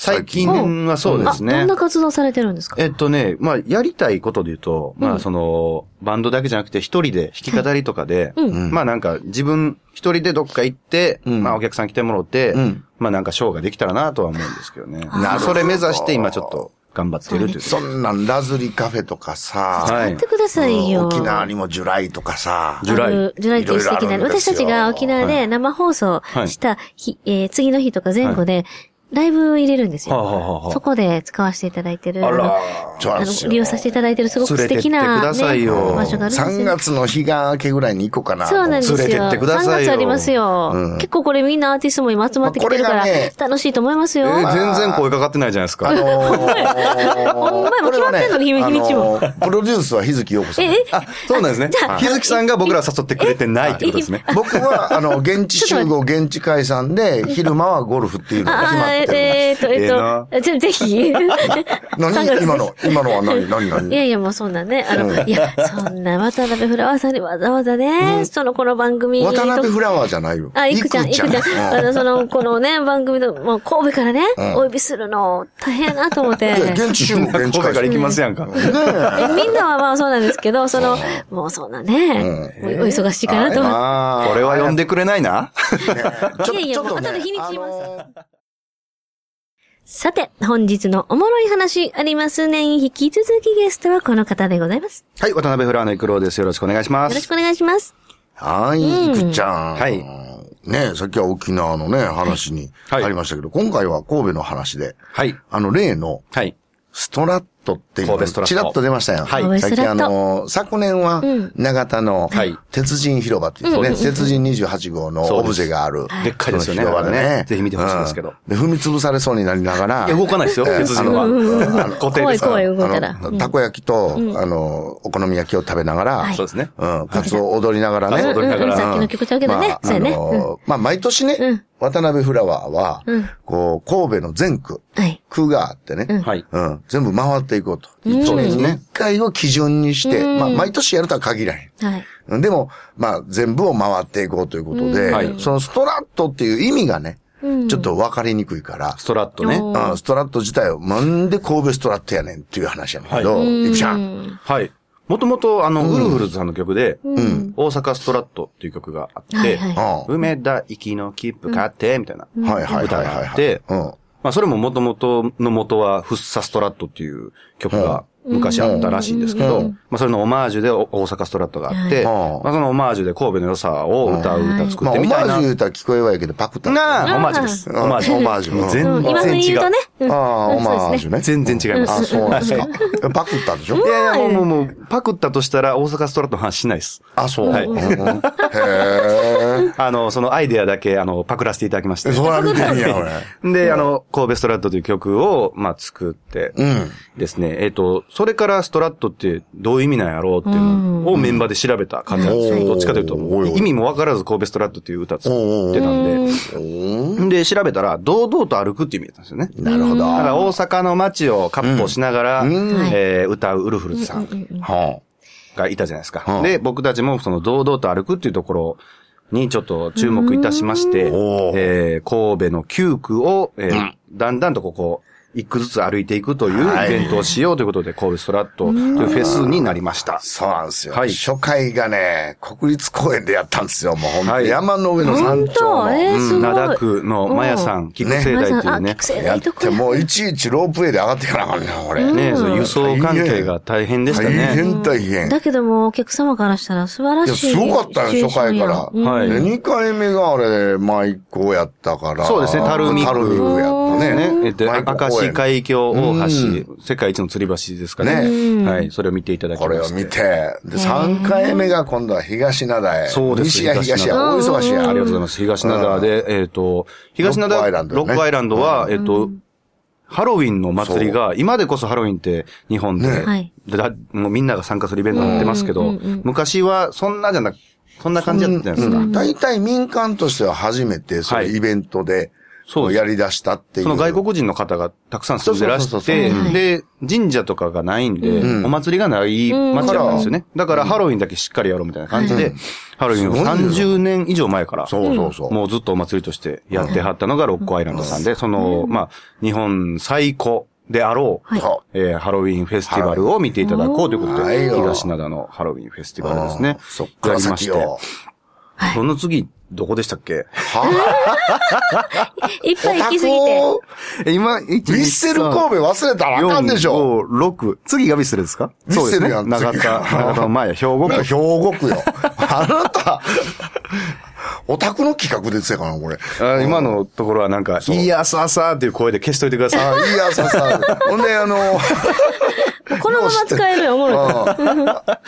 [SPEAKER 3] 最近はそう
[SPEAKER 1] う。
[SPEAKER 3] で
[SPEAKER 1] あ、
[SPEAKER 3] す
[SPEAKER 1] ど
[SPEAKER 3] ね
[SPEAKER 1] んな。活動されてるんですか
[SPEAKER 3] えっとね、まあ、やりたいことで言うと、まあ、その、バンドだけじゃなくて、一人で弾き語りとかで、まあ、なんか、自分一人でどっか行って、まあ、お客さん来てもろって
[SPEAKER 2] うん、
[SPEAKER 3] まあ、なんか、ショーができたらなとは思うんですけどね。
[SPEAKER 2] なるほど
[SPEAKER 3] それ目指して、今ちょっと、頑張ってるという。
[SPEAKER 2] そんなん、ラズリカフェとかさ、
[SPEAKER 3] は
[SPEAKER 1] や
[SPEAKER 3] い
[SPEAKER 1] ってくださいよ。
[SPEAKER 2] 沖縄にもジュライとかさ、
[SPEAKER 3] ジュライ
[SPEAKER 1] あるジュライっていう素敵
[SPEAKER 2] いろい
[SPEAKER 1] な、
[SPEAKER 2] ろあるんで
[SPEAKER 1] 私
[SPEAKER 2] すよ
[SPEAKER 1] たちが沖縄で生放送した日、えー次の日とか前後で、ライブ入れるんです
[SPEAKER 3] はあは
[SPEAKER 1] よ。
[SPEAKER 3] あはあ
[SPEAKER 1] そこで使わせていただいてる。
[SPEAKER 3] あら
[SPEAKER 2] そうな
[SPEAKER 1] あ
[SPEAKER 2] んで
[SPEAKER 1] の
[SPEAKER 2] す、よ
[SPEAKER 1] 利用させていただいてるすごく素敵
[SPEAKER 3] 連れてっ
[SPEAKER 1] な、
[SPEAKER 3] てくださいよ
[SPEAKER 1] 場所があるんです
[SPEAKER 2] 3
[SPEAKER 1] よ。
[SPEAKER 2] 月の日が明けぐらいに行こうかな。
[SPEAKER 1] そうなんですよ。
[SPEAKER 3] 連れてってくだ
[SPEAKER 1] 3
[SPEAKER 3] さいよ
[SPEAKER 1] 月ありますよ、結構これみんなアーティストも今集まってきてるか
[SPEAKER 2] まあ
[SPEAKER 1] ら
[SPEAKER 2] これがね、
[SPEAKER 1] 楽しいと思います
[SPEAKER 3] え
[SPEAKER 1] よ。
[SPEAKER 3] ー全然声かかってないじゃないですか。
[SPEAKER 2] あ
[SPEAKER 1] お前
[SPEAKER 2] のー、
[SPEAKER 1] も決まってんのに
[SPEAKER 2] これはね
[SPEAKER 1] 日にちも
[SPEAKER 2] あのープロデュースは日月陽子さん。
[SPEAKER 1] え
[SPEAKER 3] あ、そうなんですね。日月さんが僕ら誘ってくれてないってことですね。
[SPEAKER 2] 僕は、あの、現地集合、現地解散で、昼間はゴルフっていうのが決ま
[SPEAKER 1] あ、
[SPEAKER 2] っ
[SPEAKER 1] えー
[SPEAKER 2] てる。
[SPEAKER 1] えーっと、え
[SPEAKER 3] ええな
[SPEAKER 1] ーっと、ぜぜ ひ。三
[SPEAKER 2] 何
[SPEAKER 1] 月
[SPEAKER 2] 今の、今のは 何何
[SPEAKER 1] いや
[SPEAKER 2] 何
[SPEAKER 1] いや、もうそんなね。あの、いや、そんな渡辺フラワーさんにわざわざね、その、この番組と
[SPEAKER 2] 渡辺フラワーじゃないよ。
[SPEAKER 1] あ、いくちゃん、いくちゃん。あの、その、このね、番組の、もう神戸からね、お呼びするの、大変やなと思 って。
[SPEAKER 2] いや現地集合、現
[SPEAKER 3] 神
[SPEAKER 2] 地
[SPEAKER 3] 戸
[SPEAKER 2] 解
[SPEAKER 3] から
[SPEAKER 2] 散。
[SPEAKER 3] 行きますやんか。
[SPEAKER 1] えみんなはまあそうなんですけど、その、もうそんなね、 おお忙しいかなと思って。
[SPEAKER 2] あー
[SPEAKER 3] これは呼んでくれないな。
[SPEAKER 2] ちょ
[SPEAKER 1] いやいや
[SPEAKER 2] ちょっと
[SPEAKER 1] もう後で
[SPEAKER 2] ね
[SPEAKER 1] 日にち
[SPEAKER 2] あ
[SPEAKER 1] 言います
[SPEAKER 2] のー
[SPEAKER 1] さて、本日のおもろい話ありますね。引き続きゲストはこの方でございます。
[SPEAKER 3] はい、渡辺フラーのイクロウです。よろしくお願いしま
[SPEAKER 1] よろし
[SPEAKER 3] す。
[SPEAKER 1] くお願いします。
[SPEAKER 2] はい、いくちゃん。
[SPEAKER 3] はい
[SPEAKER 2] ねさっきは沖縄のね、話に
[SPEAKER 3] はい
[SPEAKER 2] ありましたけど、今回は神戸の話で、
[SPEAKER 3] はい。
[SPEAKER 2] あの、例の、
[SPEAKER 3] はい。
[SPEAKER 2] ストラットっていうの
[SPEAKER 3] 神戸ストラット
[SPEAKER 2] チラッと出ましたよ。
[SPEAKER 3] はい
[SPEAKER 1] 神戸
[SPEAKER 2] さっ
[SPEAKER 1] スト
[SPEAKER 2] き
[SPEAKER 1] ラ
[SPEAKER 2] あ
[SPEAKER 1] ット
[SPEAKER 2] のー、昨年は、長田の
[SPEAKER 3] はい、
[SPEAKER 2] 鉄人広場っていうね、鉄人28号のオブジェがある。
[SPEAKER 3] でっかいですよね
[SPEAKER 2] その広場で
[SPEAKER 3] あれ
[SPEAKER 2] ね
[SPEAKER 3] ね。ぜひ見てほしいですけど
[SPEAKER 2] うんで、踏み潰されそうになりながら、
[SPEAKER 3] いや、動かないですよ、鉄人は。固定
[SPEAKER 1] 怖
[SPEAKER 3] で
[SPEAKER 1] い
[SPEAKER 3] すから。
[SPEAKER 1] 怖い
[SPEAKER 2] あ
[SPEAKER 1] 動いたら。
[SPEAKER 2] の、たこ焼きと、あの、お好み焼きを食べながら
[SPEAKER 1] はい、
[SPEAKER 3] そうですね。
[SPEAKER 2] うん、カツを踊りながらね。
[SPEAKER 3] カツを踊りながら
[SPEAKER 2] う
[SPEAKER 1] さっきの曲ちゃうけどね
[SPEAKER 2] まあ
[SPEAKER 1] そうやね
[SPEAKER 2] あのーまあ、毎年ね、渡辺フラワーは、こう、神戸の全区、
[SPEAKER 1] はい。
[SPEAKER 2] 区があってね、
[SPEAKER 3] はい。
[SPEAKER 2] うん。全部回っていこうと。一年に一回を基準にして、まあ、毎年やるとは限らへ
[SPEAKER 1] はい。
[SPEAKER 2] ん。でも、まあ、全部を回っていこうということで、
[SPEAKER 3] はい
[SPEAKER 2] そのストラットっていう意味がね、ちょっと分かりにくいから、
[SPEAKER 3] ストラットね。
[SPEAKER 2] うん、ストラット自体を、なんで神戸ストラットやねんっていう話やねんけど、いくちゃん。
[SPEAKER 3] はい。もともと、あの、ウルフルズさんの曲で、大阪ストラットっていう曲があっ
[SPEAKER 1] は
[SPEAKER 3] て
[SPEAKER 1] い、は
[SPEAKER 2] う
[SPEAKER 3] 梅田行きの切符買って、みたいな。
[SPEAKER 2] ん。はいはいはい
[SPEAKER 3] 歌
[SPEAKER 2] はい
[SPEAKER 3] があ
[SPEAKER 2] は
[SPEAKER 3] っ
[SPEAKER 2] い。
[SPEAKER 3] て、
[SPEAKER 2] うん。
[SPEAKER 3] まあ、それも元々の元は、フッサストラットっていう曲が昔あったらしいんですけ
[SPEAKER 2] うん
[SPEAKER 3] ど、まあ、それのオマージュでお大阪ストラットがあって、
[SPEAKER 2] うん
[SPEAKER 3] まあ、そのオマージュで神戸の良さを歌う歌作
[SPEAKER 2] まあ、
[SPEAKER 3] って
[SPEAKER 2] オ
[SPEAKER 3] み
[SPEAKER 2] マ
[SPEAKER 3] たいな。
[SPEAKER 2] ージュ言うたら聞こえはいいけど、パクった。
[SPEAKER 3] なあ、
[SPEAKER 1] うん
[SPEAKER 3] オマージュです。
[SPEAKER 2] うん
[SPEAKER 3] オマージュ。
[SPEAKER 2] オマージュ
[SPEAKER 3] もう
[SPEAKER 1] い。うん、
[SPEAKER 3] 全
[SPEAKER 1] 今風に
[SPEAKER 3] 然
[SPEAKER 1] 言
[SPEAKER 3] 違
[SPEAKER 1] うと
[SPEAKER 3] う
[SPEAKER 1] ね。。う
[SPEAKER 2] あ
[SPEAKER 1] ん
[SPEAKER 2] あ、オマージュね。
[SPEAKER 3] 全然違いま
[SPEAKER 2] あ、
[SPEAKER 3] す。
[SPEAKER 2] そうなんですか。パクったでしょ
[SPEAKER 3] いやいや、もうもうもう、パクったとしたら大阪ストラットの話しないです。
[SPEAKER 2] あ、そう。
[SPEAKER 3] はい
[SPEAKER 2] うんへえ。
[SPEAKER 3] あの、そのアイデアだけ、あの、パクらせていただきまして
[SPEAKER 2] そ。ら見てみや、俺。
[SPEAKER 3] で、あの、神戸ストラットという曲を、まあ、作って
[SPEAKER 2] ん
[SPEAKER 3] ですね、えっと、それからストラットってどういう意味なんやろうっていうのをメンバーで調べた感じなんです
[SPEAKER 2] うん
[SPEAKER 3] よ。どっちかというと、
[SPEAKER 2] おいおい
[SPEAKER 3] 意味もわからず神戸ストラットっていう歌作ってたんで、で、調べたら、堂々と歩くっていう意味だったんですよね。
[SPEAKER 2] なるほど。
[SPEAKER 3] だか
[SPEAKER 2] は
[SPEAKER 3] ら大阪の街を闊歩しながら、えー歌うウルフルズさん
[SPEAKER 2] あ
[SPEAKER 3] がいたじゃないです
[SPEAKER 2] う
[SPEAKER 3] か
[SPEAKER 2] ん。
[SPEAKER 3] で、僕たちもその堂々と歩くっていうところにちょっと注目いたしまして、
[SPEAKER 2] おー
[SPEAKER 3] えー神戸の9区を、えーだんだんとここ、一区ずつ歩いていくというイベントをしようということで、神戸ストラットというフェスになりました。
[SPEAKER 2] そうなんですよ。
[SPEAKER 3] はい
[SPEAKER 2] 初回がね、国立公園でやったんですよ、もうほんと
[SPEAKER 3] はい
[SPEAKER 2] 山の上の山
[SPEAKER 1] 本
[SPEAKER 2] 頂
[SPEAKER 1] 当
[SPEAKER 2] の。
[SPEAKER 1] えー、すごい。
[SPEAKER 3] 灘区のマヤさん、菊生
[SPEAKER 1] ま
[SPEAKER 3] 大
[SPEAKER 1] さ
[SPEAKER 3] とい
[SPEAKER 1] ん、あ、
[SPEAKER 3] うね
[SPEAKER 1] 菊、生
[SPEAKER 2] や
[SPEAKER 1] 大
[SPEAKER 2] っ
[SPEAKER 1] いとこ
[SPEAKER 2] て
[SPEAKER 1] や
[SPEAKER 2] もういちいちロープウェイで上がっていかなあかんねん、俺。
[SPEAKER 3] ね、その輸送関係が大変でした
[SPEAKER 2] 大
[SPEAKER 3] ね。
[SPEAKER 2] 変大変。
[SPEAKER 1] だけども、お客様からしたら素晴
[SPEAKER 2] い
[SPEAKER 1] ら
[SPEAKER 2] や、
[SPEAKER 1] しい。
[SPEAKER 2] すごかったよ、初回から。
[SPEAKER 1] うん
[SPEAKER 3] はい
[SPEAKER 2] で、2回目があれ、舞妓やったから。
[SPEAKER 3] そうですね垂水区
[SPEAKER 2] タルミクやったね。
[SPEAKER 3] ね、えっと、
[SPEAKER 2] 舞妓公園
[SPEAKER 3] 明石海峡大橋、世界一の吊り橋ですかね。はい、それを見ていただきまし
[SPEAKER 2] こ
[SPEAKER 3] て。
[SPEAKER 2] れを見て、で、3回目が今度は東灘へ。
[SPEAKER 3] そうです
[SPEAKER 2] 西や東
[SPEAKER 3] 東
[SPEAKER 2] や、
[SPEAKER 3] 灘
[SPEAKER 2] 大忙しや。
[SPEAKER 3] ありがとうございます。東灘で、えっ、と、東
[SPEAKER 2] ロックアイ
[SPEAKER 3] 灘、
[SPEAKER 2] ランドね
[SPEAKER 3] ロックアイランドは、えっ、と、ハロウィンの祭りが、今でこそハロウィンって日本で、
[SPEAKER 2] ね
[SPEAKER 1] はい
[SPEAKER 3] でだもうみんなが参加するイベントになってますけど、昔はそんなじゃなく、そんな感じだったじゃないですか。
[SPEAKER 2] うん大体民間としては初めて、そういうイベントで、
[SPEAKER 3] そうです
[SPEAKER 2] やり出したっていう。
[SPEAKER 3] その外国人の方がたくさん住んでら
[SPEAKER 2] そう
[SPEAKER 3] し
[SPEAKER 2] そうそう
[SPEAKER 3] て
[SPEAKER 2] そう
[SPEAKER 1] はい、
[SPEAKER 3] で、神社とかがないんで、お祭りがない街だったんですよね。だからハロウィンだけしっかりやろうみたいな感じで、ハロウィンを
[SPEAKER 2] すごいよ
[SPEAKER 3] 30年以上前から、
[SPEAKER 2] そうそうそう。
[SPEAKER 3] もうずっとお祭りとしてやってはったのがロッコアイランドさんで、その、まあ、日本最古であろう、
[SPEAKER 1] はい
[SPEAKER 2] そ
[SPEAKER 3] えーハロウィンフェスティバルを見ていただこうということ
[SPEAKER 2] はい
[SPEAKER 3] で、
[SPEAKER 2] よ
[SPEAKER 3] 東灘のハロウィンフェスティ
[SPEAKER 2] う
[SPEAKER 3] バルですね
[SPEAKER 2] うん。そっか
[SPEAKER 3] や
[SPEAKER 2] ら
[SPEAKER 3] りまし
[SPEAKER 2] 先
[SPEAKER 3] て。
[SPEAKER 2] を。
[SPEAKER 1] はい
[SPEAKER 3] その次、どこでしたっけ
[SPEAKER 2] は
[SPEAKER 1] 一
[SPEAKER 2] ぁ、
[SPEAKER 1] 杯 行きすぎて。
[SPEAKER 2] オ
[SPEAKER 3] え今、ミ
[SPEAKER 2] タクミッセル神戸忘れたらあかんでしょ。。
[SPEAKER 3] 4 5 6。次がミッセルですか
[SPEAKER 2] ミッセルやん
[SPEAKER 3] そうですね
[SPEAKER 2] 次
[SPEAKER 3] 長田、長田の前や、兵
[SPEAKER 2] なん
[SPEAKER 3] 庫県
[SPEAKER 2] か。兵庫区よ。あなた、オタクの企画でつやかな、これ。
[SPEAKER 3] あ今のところはなんか、いや、さあさあっていう声で消しといてください。
[SPEAKER 2] あいいや、さ さ。ほんで、あの、
[SPEAKER 1] このまま使え るよ、おもろい。
[SPEAKER 2] あ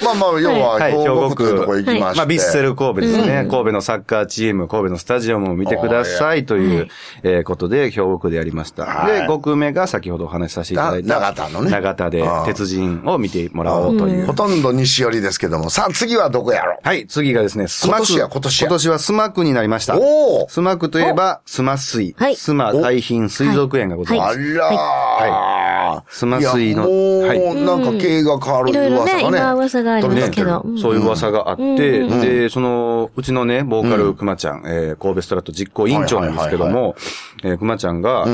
[SPEAKER 2] まあまあ、要は、
[SPEAKER 3] はい、
[SPEAKER 2] 兵
[SPEAKER 3] 兵
[SPEAKER 2] 庫
[SPEAKER 3] 庫
[SPEAKER 2] 区というとこ行
[SPEAKER 3] 区。
[SPEAKER 2] きまして。
[SPEAKER 3] まあ、ビッセル神戸ですね。神戸のサッカーチーム、神戸のスタジアムを見てくださいという、えーことで、兵庫区でやりました。
[SPEAKER 2] はい
[SPEAKER 3] で、5区目が先ほどお話しさせていただいた。
[SPEAKER 2] あ長田のね
[SPEAKER 3] 長田で
[SPEAKER 2] あ、ー
[SPEAKER 3] 鉄人を見てもらおうという
[SPEAKER 2] ほ。とんど西寄りですけども。さあ、次はどこやろ
[SPEAKER 3] はい、次がですね、スマ
[SPEAKER 2] 今
[SPEAKER 3] ク。
[SPEAKER 2] 年や今年や
[SPEAKER 3] はスマクになりました。
[SPEAKER 2] おー
[SPEAKER 3] スマクといえば、スマ水
[SPEAKER 1] はい。
[SPEAKER 3] スマ海浜水族園がございます。
[SPEAKER 2] あらー。
[SPEAKER 3] スマスイの
[SPEAKER 2] いやも
[SPEAKER 3] は
[SPEAKER 2] う、なんか経営が変わる
[SPEAKER 1] いろいろね、
[SPEAKER 2] 噂
[SPEAKER 1] 今
[SPEAKER 2] がね。
[SPEAKER 1] 噂がありますけど。
[SPEAKER 2] 飛
[SPEAKER 1] うん
[SPEAKER 3] そういう噂があって、で、その、うちのね、ボーカル、くまちゃん、えー神戸ストラット実行委員長なんですけど
[SPEAKER 2] はいはい
[SPEAKER 3] も、えーくまちゃんが、え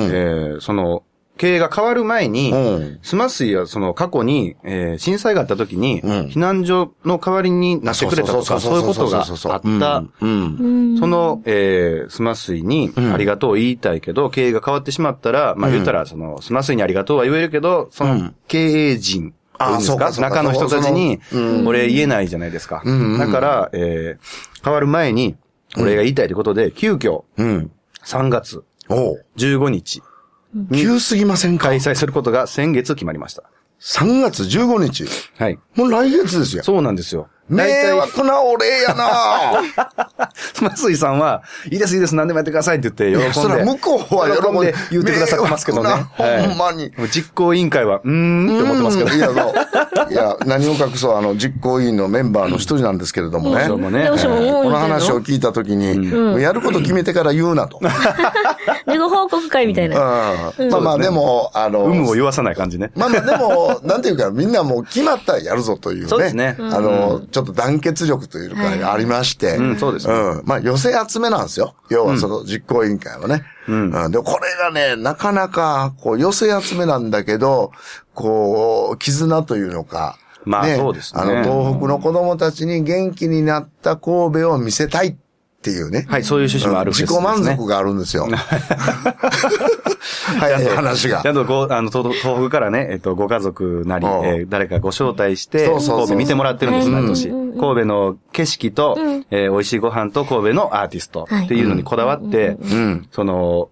[SPEAKER 3] ーその、経営が変わる前に
[SPEAKER 2] うん、
[SPEAKER 3] スマスイはその過去に、えー震災があった時に、避難所の代わりになってくれたとか、
[SPEAKER 2] そう
[SPEAKER 3] そういう
[SPEAKER 2] そう
[SPEAKER 3] こ
[SPEAKER 2] そ
[SPEAKER 3] と
[SPEAKER 2] うそ
[SPEAKER 3] が
[SPEAKER 2] う
[SPEAKER 3] あ
[SPEAKER 2] そうそう
[SPEAKER 3] ったその、えー、スマスイにありがとうを言いたいけど、経営が変わってしまったら、まあ言ったら、その、スマスイにありがとうは言えるけど、その、経営陣、
[SPEAKER 2] あ
[SPEAKER 3] です
[SPEAKER 2] そうか
[SPEAKER 3] か
[SPEAKER 2] そうか
[SPEAKER 3] 中の人たちに
[SPEAKER 2] そ、
[SPEAKER 3] 俺言えないじゃないですか。だから、えー、変わる前に、俺が言いたいということで、急遽、
[SPEAKER 2] うん。
[SPEAKER 3] 3月
[SPEAKER 2] おう
[SPEAKER 3] 15日、
[SPEAKER 2] 急すぎませんか
[SPEAKER 3] 開催することが先月決まりました。
[SPEAKER 2] ?3 月15日。
[SPEAKER 3] はい。
[SPEAKER 2] もう来月ですよ。
[SPEAKER 3] そうなんですよ。
[SPEAKER 2] 迷
[SPEAKER 3] 大体、
[SPEAKER 2] 惑なお礼やな
[SPEAKER 3] スマスイさんは、いいですいいです、何でもやってくださいって言って、喜
[SPEAKER 2] そ
[SPEAKER 3] んで。
[SPEAKER 2] ら向こうは喜んで
[SPEAKER 3] 言ってくださってますけどね。
[SPEAKER 2] 迷惑なほんまに
[SPEAKER 3] はいもう実行委員会は、うーんって思ってますけど
[SPEAKER 2] うん。いや、 そういや、何を隠そう、あの、実行委員のメンバーの一人なんですけれどもね。
[SPEAKER 3] うん
[SPEAKER 2] こ
[SPEAKER 3] ね
[SPEAKER 1] どうしようもうみ
[SPEAKER 2] の
[SPEAKER 1] たいな
[SPEAKER 2] 話を
[SPEAKER 1] の。
[SPEAKER 2] 聞いたときに、もうやること決めてから言うなと。うん
[SPEAKER 1] 事後報告会みたいな。
[SPEAKER 2] まあまあ、でも、あの、
[SPEAKER 3] 有無を言わさない感じね。
[SPEAKER 2] まあまあでも、なんていうか、みんなもう決まったらやるぞというね。
[SPEAKER 3] そうですね
[SPEAKER 2] あの、ちょっと団結力というか、ありまして。
[SPEAKER 3] うんそうですね
[SPEAKER 2] んまあ、寄せ集めなんですよ。要はその実行委員会はね。うん。で、これがね、なかなか、こう、寄せ集めなんだけど、こう、絆というのか。
[SPEAKER 3] まあそうですね
[SPEAKER 2] あの、東北の子供たちに元気になった神戸を見せたいっていうね。
[SPEAKER 3] はい、そういう趣旨もある
[SPEAKER 2] 自己満足があるんです よ。はい、話が
[SPEAKER 3] あ。と、ご、あの、東東北からね、えっと、ご家族なり、え
[SPEAKER 2] うん
[SPEAKER 3] ー誰かご招待して、
[SPEAKER 2] そうそうそう
[SPEAKER 3] 神戸見てもらってるんです、
[SPEAKER 1] はい
[SPEAKER 3] 毎年。
[SPEAKER 1] うん
[SPEAKER 3] 神戸の景色と、えー美味しいご飯と神戸のアーティスト
[SPEAKER 1] はい
[SPEAKER 3] っていうのにこだわって、
[SPEAKER 2] ん
[SPEAKER 3] その、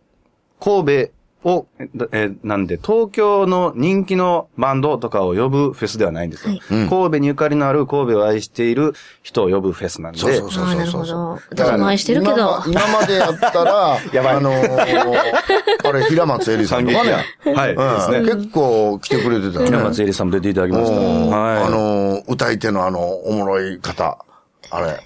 [SPEAKER 3] 神戸を、えーなんで、東京の人気のバンドとかを呼ぶフェスではないんですよ。
[SPEAKER 1] はい
[SPEAKER 3] 神戸にゆかりのある神戸を愛している人を呼ぶフェスなんで、
[SPEAKER 2] そうそうそう
[SPEAKER 1] あーな
[SPEAKER 2] そう
[SPEAKER 1] る
[SPEAKER 2] そ
[SPEAKER 1] ほ
[SPEAKER 2] うそう
[SPEAKER 1] ど。私も愛してるけど
[SPEAKER 2] 今。今までやったら、
[SPEAKER 3] やばい
[SPEAKER 2] あのー、あれ、平松エリさんとかね、
[SPEAKER 3] はい、ですね
[SPEAKER 2] うん。結構来てくれてたよね。
[SPEAKER 3] 平松恵里さんも出ていただきました。
[SPEAKER 2] うんあ
[SPEAKER 3] はい。
[SPEAKER 2] のー、歌い手のあの、おもろい方。あれ、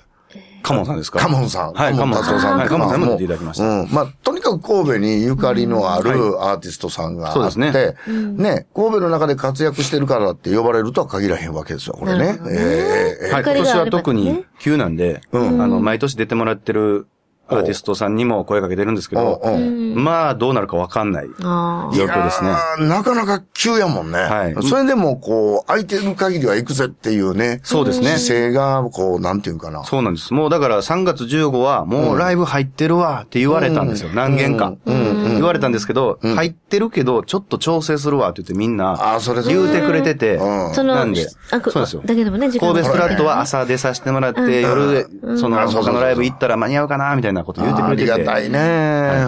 [SPEAKER 3] カモンさんですか
[SPEAKER 2] カモンさん。
[SPEAKER 3] はい、カモンさん。
[SPEAKER 2] 達夫
[SPEAKER 3] はい、カモンさんも
[SPEAKER 2] も
[SPEAKER 3] 出ていただきました。
[SPEAKER 2] うん。まあ、とにかく神戸にゆかりのある
[SPEAKER 3] う
[SPEAKER 2] アーティストさんが
[SPEAKER 3] そう
[SPEAKER 2] あ
[SPEAKER 3] で
[SPEAKER 2] っ
[SPEAKER 3] す
[SPEAKER 2] て、
[SPEAKER 3] ね
[SPEAKER 2] ね、神戸の中で活躍してるからって呼ばれるとは限らへんわけですよ、これ
[SPEAKER 1] な
[SPEAKER 2] ね
[SPEAKER 1] る。ほど
[SPEAKER 2] え
[SPEAKER 1] ね
[SPEAKER 2] えええ
[SPEAKER 3] はい、今
[SPEAKER 1] 彼が
[SPEAKER 3] 年
[SPEAKER 1] あ
[SPEAKER 3] は
[SPEAKER 1] ればね
[SPEAKER 3] 特に急なんで、あの、毎年出てもらってるアーティストさんにも声かけてるんですけど、
[SPEAKER 2] うんうん
[SPEAKER 3] まあ、どうなるかわかんない
[SPEAKER 1] あ
[SPEAKER 3] 状況ですね。
[SPEAKER 2] あーなかなか急やもんね。
[SPEAKER 3] はい
[SPEAKER 2] それでも、こう、空いてる限りは行くぜっていうね。
[SPEAKER 3] そうですね
[SPEAKER 2] 姿勢が、こう、なんていうんかな。
[SPEAKER 3] そうなんです。もうだから3月15はもうライブ入ってるわって言われたんですよ。何件か。言われたんですけど、入ってるけど、ちょっと調整するわって言ってみん
[SPEAKER 2] あ
[SPEAKER 3] な
[SPEAKER 2] ーそれそれ
[SPEAKER 3] 言うてくれてて、
[SPEAKER 2] うん
[SPEAKER 1] あ。その、
[SPEAKER 3] なんで
[SPEAKER 1] あく
[SPEAKER 3] そうですよ
[SPEAKER 1] だけどもね、時間
[SPEAKER 3] 神戸ストラ
[SPEAKER 1] ッ
[SPEAKER 3] ットは朝出させてもらって、夜、その、
[SPEAKER 2] そうそうそう
[SPEAKER 3] 他のライブ行ったら間に合うかな、みたいなこと言ってく
[SPEAKER 2] あ
[SPEAKER 3] れて
[SPEAKER 2] り
[SPEAKER 3] て。
[SPEAKER 2] がたいね。
[SPEAKER 3] は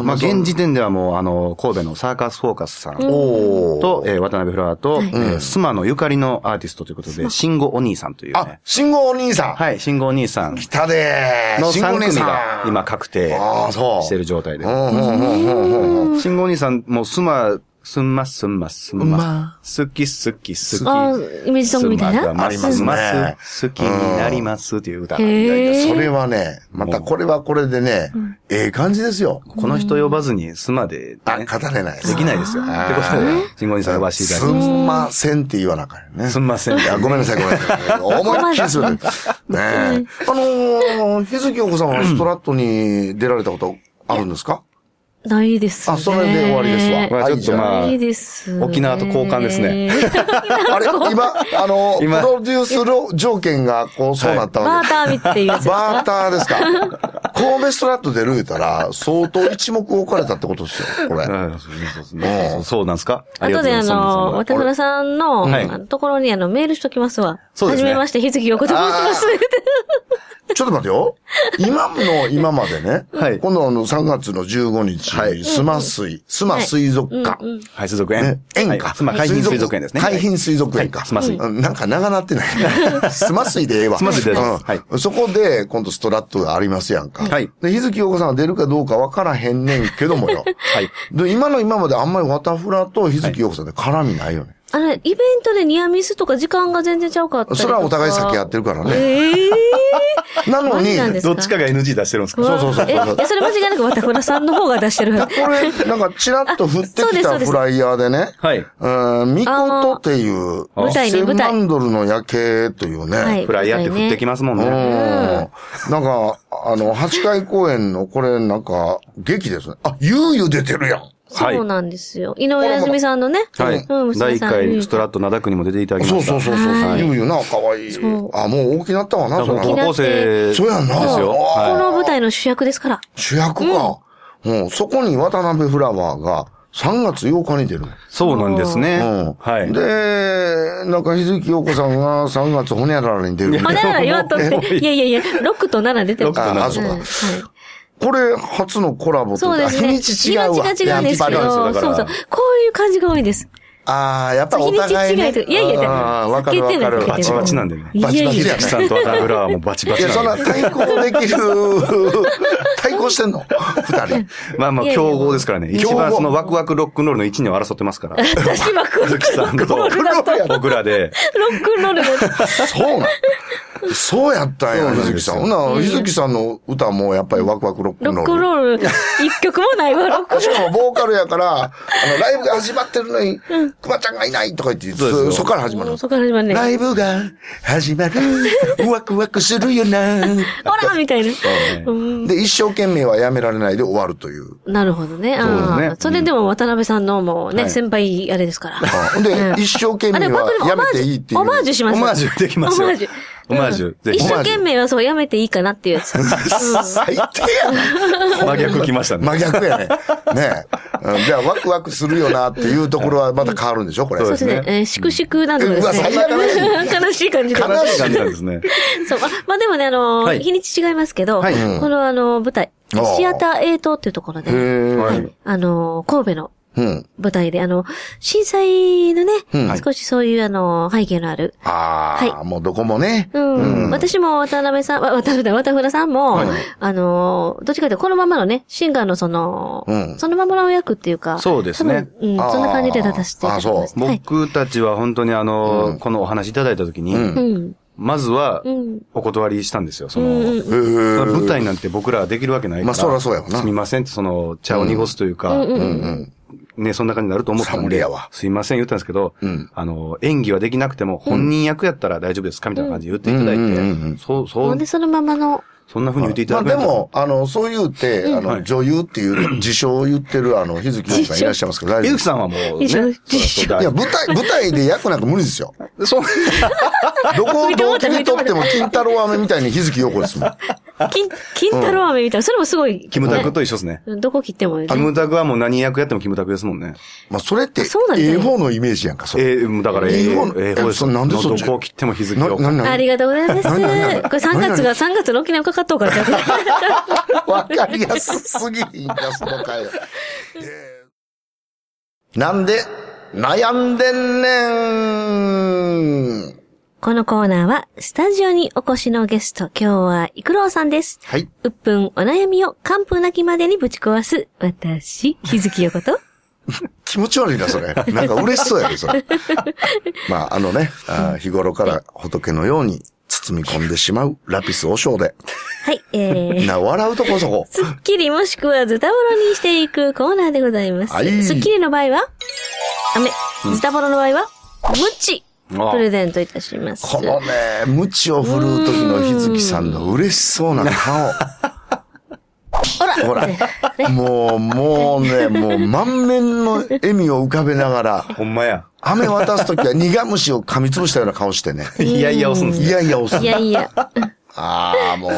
[SPEAKER 3] いまあ、現
[SPEAKER 2] 実
[SPEAKER 3] 時点ではもう、あの、神戸のサーカスフォーカスさん
[SPEAKER 2] お
[SPEAKER 3] と
[SPEAKER 2] ー、
[SPEAKER 3] えー渡辺フラワーと、えースマのゆかりのアーティストということで、信号お兄さんという
[SPEAKER 2] あ
[SPEAKER 3] ね、。
[SPEAKER 2] 信号お兄さん。
[SPEAKER 3] はい、信号お兄さん
[SPEAKER 2] 来たでー。
[SPEAKER 3] の
[SPEAKER 2] 信号お
[SPEAKER 3] 3
[SPEAKER 2] 兄
[SPEAKER 3] 組
[SPEAKER 2] さん
[SPEAKER 3] が今確定
[SPEAKER 2] ああ、そう。
[SPEAKER 3] してる状態で
[SPEAKER 2] う。んうんうんうんうんうん。
[SPEAKER 3] 信号お兄さん、もうスマ、すんますんますん
[SPEAKER 2] うん
[SPEAKER 3] ま
[SPEAKER 2] ま。
[SPEAKER 3] 好き好き好き。
[SPEAKER 1] あーイメージソングみたいな
[SPEAKER 3] すんまがますます
[SPEAKER 2] あります
[SPEAKER 3] 好きになりますという歌なんで。
[SPEAKER 1] へえ。
[SPEAKER 2] それはね、またこれはこれでね、ええ感じですよ。
[SPEAKER 3] この人呼ばずにスマで、
[SPEAKER 2] あ、
[SPEAKER 3] ね、
[SPEAKER 2] 語れない
[SPEAKER 3] できないですよ。ってことで、信号お兄さん呼ばせていただき
[SPEAKER 2] す
[SPEAKER 3] ました
[SPEAKER 2] んませんって言わなあかんよね。
[SPEAKER 3] すんません。
[SPEAKER 2] いや、ごめんなさい、ごめんな さい。思いっきりする。ねえ。あのー、日月陽子さんはストラットに出られたことあるんですか
[SPEAKER 1] ないですね。
[SPEAKER 2] あそれで終わりですわ
[SPEAKER 3] まあちょっとまあ
[SPEAKER 1] ないですね。
[SPEAKER 3] 沖縄と交換です ね
[SPEAKER 2] あれ今、あの、プ
[SPEAKER 3] 今
[SPEAKER 2] ロデュースの条件が、こう、そうなった
[SPEAKER 1] バ
[SPEAKER 2] わけ
[SPEAKER 1] ー
[SPEAKER 2] で
[SPEAKER 1] ターみっていうやつ
[SPEAKER 2] す。
[SPEAKER 1] です
[SPEAKER 2] バ
[SPEAKER 1] か
[SPEAKER 2] ーター ですか。神戸ストラット出る言うたら、相当一目置かれたってことですよ、これ。
[SPEAKER 3] うんそうですねそうそうなんですかあり
[SPEAKER 1] 後
[SPEAKER 3] がとう
[SPEAKER 1] であ
[SPEAKER 3] ございます。
[SPEAKER 1] の、渡辺さんの、
[SPEAKER 3] はい
[SPEAKER 1] あのところにあの、メールしときますわ。
[SPEAKER 3] そうですね
[SPEAKER 1] はじめまして、日月横と申します。
[SPEAKER 2] ちょっと待ってよ。今の今までね、
[SPEAKER 3] はい
[SPEAKER 2] 今度の3月の15日に、スマ水、スマ水族館。
[SPEAKER 3] はい、水族
[SPEAKER 2] ね
[SPEAKER 3] 園。
[SPEAKER 2] 園か
[SPEAKER 3] はい。まあ、海浜水族園ですね。
[SPEAKER 2] 海浜水族園か。
[SPEAKER 3] はいスマ水
[SPEAKER 2] うんなんか長なって ない。スマ水でええわ。
[SPEAKER 3] スマ水でええわは
[SPEAKER 2] うんそこで、今度ストラットがありますやんか。
[SPEAKER 3] はい
[SPEAKER 2] で、日月陽子さんが出るかどうかわからへんねんけどもよ。
[SPEAKER 3] はい。
[SPEAKER 2] で、今の今まであんまりワタフラと日月陽子さんで絡みないよね。
[SPEAKER 1] あの、イベントでニアミスとか時間が全然ちゃうかったりとか
[SPEAKER 2] それはお互い先やってるからね。
[SPEAKER 1] ええ
[SPEAKER 2] なの
[SPEAKER 1] 何
[SPEAKER 2] に、
[SPEAKER 1] なんです
[SPEAKER 3] どっちかが NG 出してるんですか
[SPEAKER 2] そうそうそう
[SPEAKER 1] え、いやそれ間違いなく渡辺さんの方が出してる。
[SPEAKER 2] これ、なんかチラッと降って
[SPEAKER 1] あそうです
[SPEAKER 2] き
[SPEAKER 1] そう
[SPEAKER 2] た
[SPEAKER 1] です
[SPEAKER 2] フライヤーでね、
[SPEAKER 3] はい
[SPEAKER 2] うん、ミコトっていう、
[SPEAKER 1] あの舞台に舞台
[SPEAKER 2] 1000万ドルの夜景というね、
[SPEAKER 1] はい
[SPEAKER 3] フライヤーって降ってきますもん
[SPEAKER 2] うん
[SPEAKER 3] ね。
[SPEAKER 2] なんか、あの、八回公演の、これ、なんか、劇ですね。あ、ゆうゆう出てるやん。
[SPEAKER 3] はい
[SPEAKER 1] そうなんですよ。井上康美さんのね。
[SPEAKER 3] はい。
[SPEAKER 1] うん、
[SPEAKER 3] 第
[SPEAKER 1] 娘
[SPEAKER 3] 1
[SPEAKER 1] さん。う
[SPEAKER 3] 回、
[SPEAKER 1] ん
[SPEAKER 3] ストラット灘区にも出ていただきまし
[SPEAKER 2] そ
[SPEAKER 3] た。
[SPEAKER 2] うそうそうそう。
[SPEAKER 1] はい
[SPEAKER 2] ゆうゆうな、かわいい。
[SPEAKER 1] そう
[SPEAKER 2] あ、もう大きなったわな、そ
[SPEAKER 3] 多分
[SPEAKER 2] ら
[SPEAKER 3] 高校生。
[SPEAKER 2] そうやんな。
[SPEAKER 3] ですよ
[SPEAKER 2] あ
[SPEAKER 1] この舞台の主役ですから。
[SPEAKER 2] 主役か。うん、そこに渡辺フラワーが、3月8日に出るの。
[SPEAKER 3] そうなんですね。
[SPEAKER 2] うん。
[SPEAKER 3] はい。
[SPEAKER 2] で、なんか、日月陽子さんが3月ほにゃららに出るみた
[SPEAKER 1] ほ
[SPEAKER 2] い
[SPEAKER 1] に
[SPEAKER 2] な。
[SPEAKER 1] ゃらら言わんとっ
[SPEAKER 3] もう
[SPEAKER 1] て。いやいやいや、6と7出てるから。
[SPEAKER 2] ああそうか
[SPEAKER 1] んはい
[SPEAKER 2] これ、初のコラボと
[SPEAKER 1] そう
[SPEAKER 2] いう
[SPEAKER 1] で
[SPEAKER 2] か、
[SPEAKER 1] す
[SPEAKER 2] 日
[SPEAKER 1] ね。
[SPEAKER 2] にち違うわ。
[SPEAKER 1] 日にちが違うんですけ
[SPEAKER 3] やっぱり
[SPEAKER 1] ど、そ
[SPEAKER 3] そうだ
[SPEAKER 1] う
[SPEAKER 3] から
[SPEAKER 1] そう。こういう感じが多いです。
[SPEAKER 2] ああ、やっぱ
[SPEAKER 1] 日
[SPEAKER 2] お
[SPEAKER 1] にち
[SPEAKER 2] 互い、
[SPEAKER 1] 違
[SPEAKER 2] ね。
[SPEAKER 1] いとか。いやいや、
[SPEAKER 2] あーわかる
[SPEAKER 1] 避
[SPEAKER 2] わ
[SPEAKER 1] けて
[SPEAKER 2] か
[SPEAKER 1] る
[SPEAKER 2] る。
[SPEAKER 1] 避けてる
[SPEAKER 3] バチバチなんでね
[SPEAKER 1] いやいや
[SPEAKER 2] バチバチ
[SPEAKER 1] い
[SPEAKER 2] じ
[SPEAKER 1] や
[SPEAKER 2] ゃ
[SPEAKER 3] 木さんと渡辺はもうバチバ
[SPEAKER 2] い
[SPEAKER 3] チ
[SPEAKER 2] や、そん
[SPEAKER 3] な
[SPEAKER 2] なん
[SPEAKER 3] で。
[SPEAKER 2] 対抗できる、対抗してんの二人。
[SPEAKER 3] まあまあ、競合ですからね。一
[SPEAKER 2] 競
[SPEAKER 3] 番
[SPEAKER 2] 合
[SPEAKER 3] そのワクワクロックンロールの1、2を争ってますから。
[SPEAKER 1] 私はロ
[SPEAKER 3] 鈴木さんと僕らで。
[SPEAKER 1] ックンロールだ
[SPEAKER 2] そうなんそうやったんや、
[SPEAKER 3] そう
[SPEAKER 2] 日
[SPEAKER 3] なんで
[SPEAKER 2] 月
[SPEAKER 3] す
[SPEAKER 2] さ
[SPEAKER 3] よ
[SPEAKER 2] ん。ほな、日月さんの歌もやっぱりワクワクロック
[SPEAKER 1] ロ
[SPEAKER 2] ンロ
[SPEAKER 1] ッ
[SPEAKER 2] ー
[SPEAKER 1] クン
[SPEAKER 2] ル。
[SPEAKER 1] ロール、一曲もないわ、ロックンロ
[SPEAKER 2] しかもボーカルやから、あの、ライブが始まってるのに、クマちゃんがいないとか言って、
[SPEAKER 3] そうです
[SPEAKER 2] そ
[SPEAKER 3] よ
[SPEAKER 2] そっから始ま
[SPEAKER 1] ー
[SPEAKER 2] る
[SPEAKER 1] ル。。そこから始まるね。
[SPEAKER 2] ライブが始まる。ワクワクするよな。
[SPEAKER 1] ほらみたいな。うん
[SPEAKER 2] で、一生懸命はやめられないで終わるという。
[SPEAKER 1] なるほどね。
[SPEAKER 3] そうですね
[SPEAKER 1] あーそれでも渡辺さんのもうね、先輩、あれですから。
[SPEAKER 2] ほんで、一生懸
[SPEAKER 1] あ
[SPEAKER 2] 命
[SPEAKER 1] れ、本
[SPEAKER 2] は
[SPEAKER 1] 当に
[SPEAKER 2] や
[SPEAKER 1] オマ
[SPEAKER 2] め
[SPEAKER 1] ー
[SPEAKER 2] て
[SPEAKER 1] ジ
[SPEAKER 2] いいってい
[SPEAKER 1] ュ、
[SPEAKER 2] う。
[SPEAKER 1] オマージュしま
[SPEAKER 3] オ
[SPEAKER 1] す
[SPEAKER 3] マージュできます
[SPEAKER 1] オ
[SPEAKER 3] よ。
[SPEAKER 1] マージュ。
[SPEAKER 3] オマージュ
[SPEAKER 1] うん
[SPEAKER 3] ぜひ
[SPEAKER 1] 一生懸命はそう、やめていいかなっていうやつ。
[SPEAKER 2] 最低やな。
[SPEAKER 3] 真逆来 ましたね。
[SPEAKER 2] 真逆やね。ねえ。うんじゃあ、ワクワクするよなっていうところはまた変わるんでしょこれ。
[SPEAKER 3] そう
[SPEAKER 1] そう
[SPEAKER 3] で
[SPEAKER 1] です
[SPEAKER 3] す
[SPEAKER 1] ね
[SPEAKER 3] ね。
[SPEAKER 1] えー、粛々なんとかですね。
[SPEAKER 2] うわ最悪
[SPEAKER 1] 悲しい感じで。
[SPEAKER 2] 悲しい
[SPEAKER 3] 感じなんですね。
[SPEAKER 1] そう。ままあでもね、あのー
[SPEAKER 3] はい
[SPEAKER 1] 日にち違いますけど、
[SPEAKER 3] はい
[SPEAKER 1] このあのー舞台、
[SPEAKER 2] あー
[SPEAKER 1] シアター A 棟っていうところで、
[SPEAKER 2] へ
[SPEAKER 1] は、
[SPEAKER 2] はい
[SPEAKER 1] あのー神戸の
[SPEAKER 2] うん。
[SPEAKER 1] 舞台で、あの、震災のね、
[SPEAKER 2] うん
[SPEAKER 1] 少しそういうあのー背景のある、
[SPEAKER 2] ああ、もうどこもね。
[SPEAKER 1] うん。私も渡辺さん、わ渡辺だ、渡辺さんも、あのー、どっちかというとこのままのね、シンガーのその、
[SPEAKER 2] うん
[SPEAKER 1] そのままの役っていうか、
[SPEAKER 3] そうですね
[SPEAKER 1] 多分うん、
[SPEAKER 2] あー
[SPEAKER 1] そんな感じで立たせていただきました。はい。
[SPEAKER 3] 僕たちは本当にあの、このお話いただいたときに、
[SPEAKER 1] うん。
[SPEAKER 3] まずは
[SPEAKER 1] ん、
[SPEAKER 3] お断りしたんですよ。そ
[SPEAKER 1] うんうん
[SPEAKER 3] の、
[SPEAKER 2] へえ
[SPEAKER 3] 舞台なんて僕らはできるわけないから。
[SPEAKER 2] まあそらそうやわな
[SPEAKER 3] すみませんって、その、茶を濁すというか、ね、そんな感じになると思ったん
[SPEAKER 2] サムリ
[SPEAKER 3] で
[SPEAKER 2] やわ、
[SPEAKER 3] すいません言ったんですけど、あの、演技はできなくても、本人役やったら大丈夫ですかみたいな感じで言っていただ
[SPEAKER 2] うんうん
[SPEAKER 3] いて、そう、そ
[SPEAKER 1] ほん
[SPEAKER 3] う
[SPEAKER 1] で、、そのままの、
[SPEAKER 3] そんな風に言ってい
[SPEAKER 2] ま
[SPEAKER 3] ただ
[SPEAKER 2] あ
[SPEAKER 3] くん
[SPEAKER 2] で
[SPEAKER 3] やったら
[SPEAKER 2] も、、あの、そう言うて、あ
[SPEAKER 3] は
[SPEAKER 2] の、
[SPEAKER 3] い
[SPEAKER 2] 女優っていう自称を言ってる、あの、日月さんいらっしゃいますけど、大丈夫
[SPEAKER 3] ゆう
[SPEAKER 2] で
[SPEAKER 3] き
[SPEAKER 2] す
[SPEAKER 3] さんはもうね、
[SPEAKER 1] 一緒
[SPEAKER 3] そら
[SPEAKER 2] いや、
[SPEAKER 3] そう
[SPEAKER 2] 舞台、舞台で役なんか無理で すよ。
[SPEAKER 3] だそう、
[SPEAKER 2] どこをどう切り取っても、金太郎飴みたいに日月陽子ですもん。
[SPEAKER 1] 金、金太郎飴みたいな、それもすごい。
[SPEAKER 3] キムタク
[SPEAKER 1] ね
[SPEAKER 3] と一緒ですね。
[SPEAKER 1] どこ切ってもね
[SPEAKER 3] キムタクはもう何役やってもキムタクですもんね。
[SPEAKER 2] まあ、それって
[SPEAKER 1] そうなん、です
[SPEAKER 2] え
[SPEAKER 1] ね
[SPEAKER 2] え方のイメージやんか、それ。
[SPEAKER 3] ええだから、え
[SPEAKER 2] いい
[SPEAKER 3] え
[SPEAKER 2] 方の
[SPEAKER 3] ええ方です
[SPEAKER 2] えそ
[SPEAKER 3] よ。
[SPEAKER 2] うなんでそっち
[SPEAKER 3] どこを切っても日付
[SPEAKER 2] な、
[SPEAKER 3] を。
[SPEAKER 2] な、な、
[SPEAKER 1] ありがとうございます。これ
[SPEAKER 2] 何
[SPEAKER 1] 3月が、3月の沖縄かかっとうから、
[SPEAKER 2] わかりやすすぎひんか、その会話。えーなんで、悩んでんねん。
[SPEAKER 1] このコーナーは、スタジオにお越しのゲスト、今日は、イクロウさんです。
[SPEAKER 2] はい。
[SPEAKER 1] うっぷん、お悩みを完封なきまでにぶち壊す、私、日月横と。
[SPEAKER 2] 気持ち悪いな、それ。なんか嬉しそうやね、それ。まあ、あのね、あー日頃から仏のように包み込んでしまうラピス和尚で。
[SPEAKER 1] はい、え ー。
[SPEAKER 2] な、笑うとこそこ。
[SPEAKER 1] スッキリもしくはズタボロにしていくコーナーでございます。
[SPEAKER 2] はい
[SPEAKER 1] スッキリの場合は、あめ、ズタボロの場合は、ムチ
[SPEAKER 3] ああ
[SPEAKER 1] プレゼントいたします。
[SPEAKER 2] このね、鞭を振るう時の日月さんの嬉しそうな顔。
[SPEAKER 1] ほら
[SPEAKER 2] ほら
[SPEAKER 1] ね。
[SPEAKER 2] もう、もうね、もう満面の笑みを浮かべながら、
[SPEAKER 3] ほんまや。
[SPEAKER 2] 飴渡すときは苦虫を噛みつぶしたような顔してね。
[SPEAKER 3] いやいや押すんです
[SPEAKER 2] い
[SPEAKER 3] ね。
[SPEAKER 2] やいや、押す
[SPEAKER 1] いやいや。
[SPEAKER 2] ああ、もう。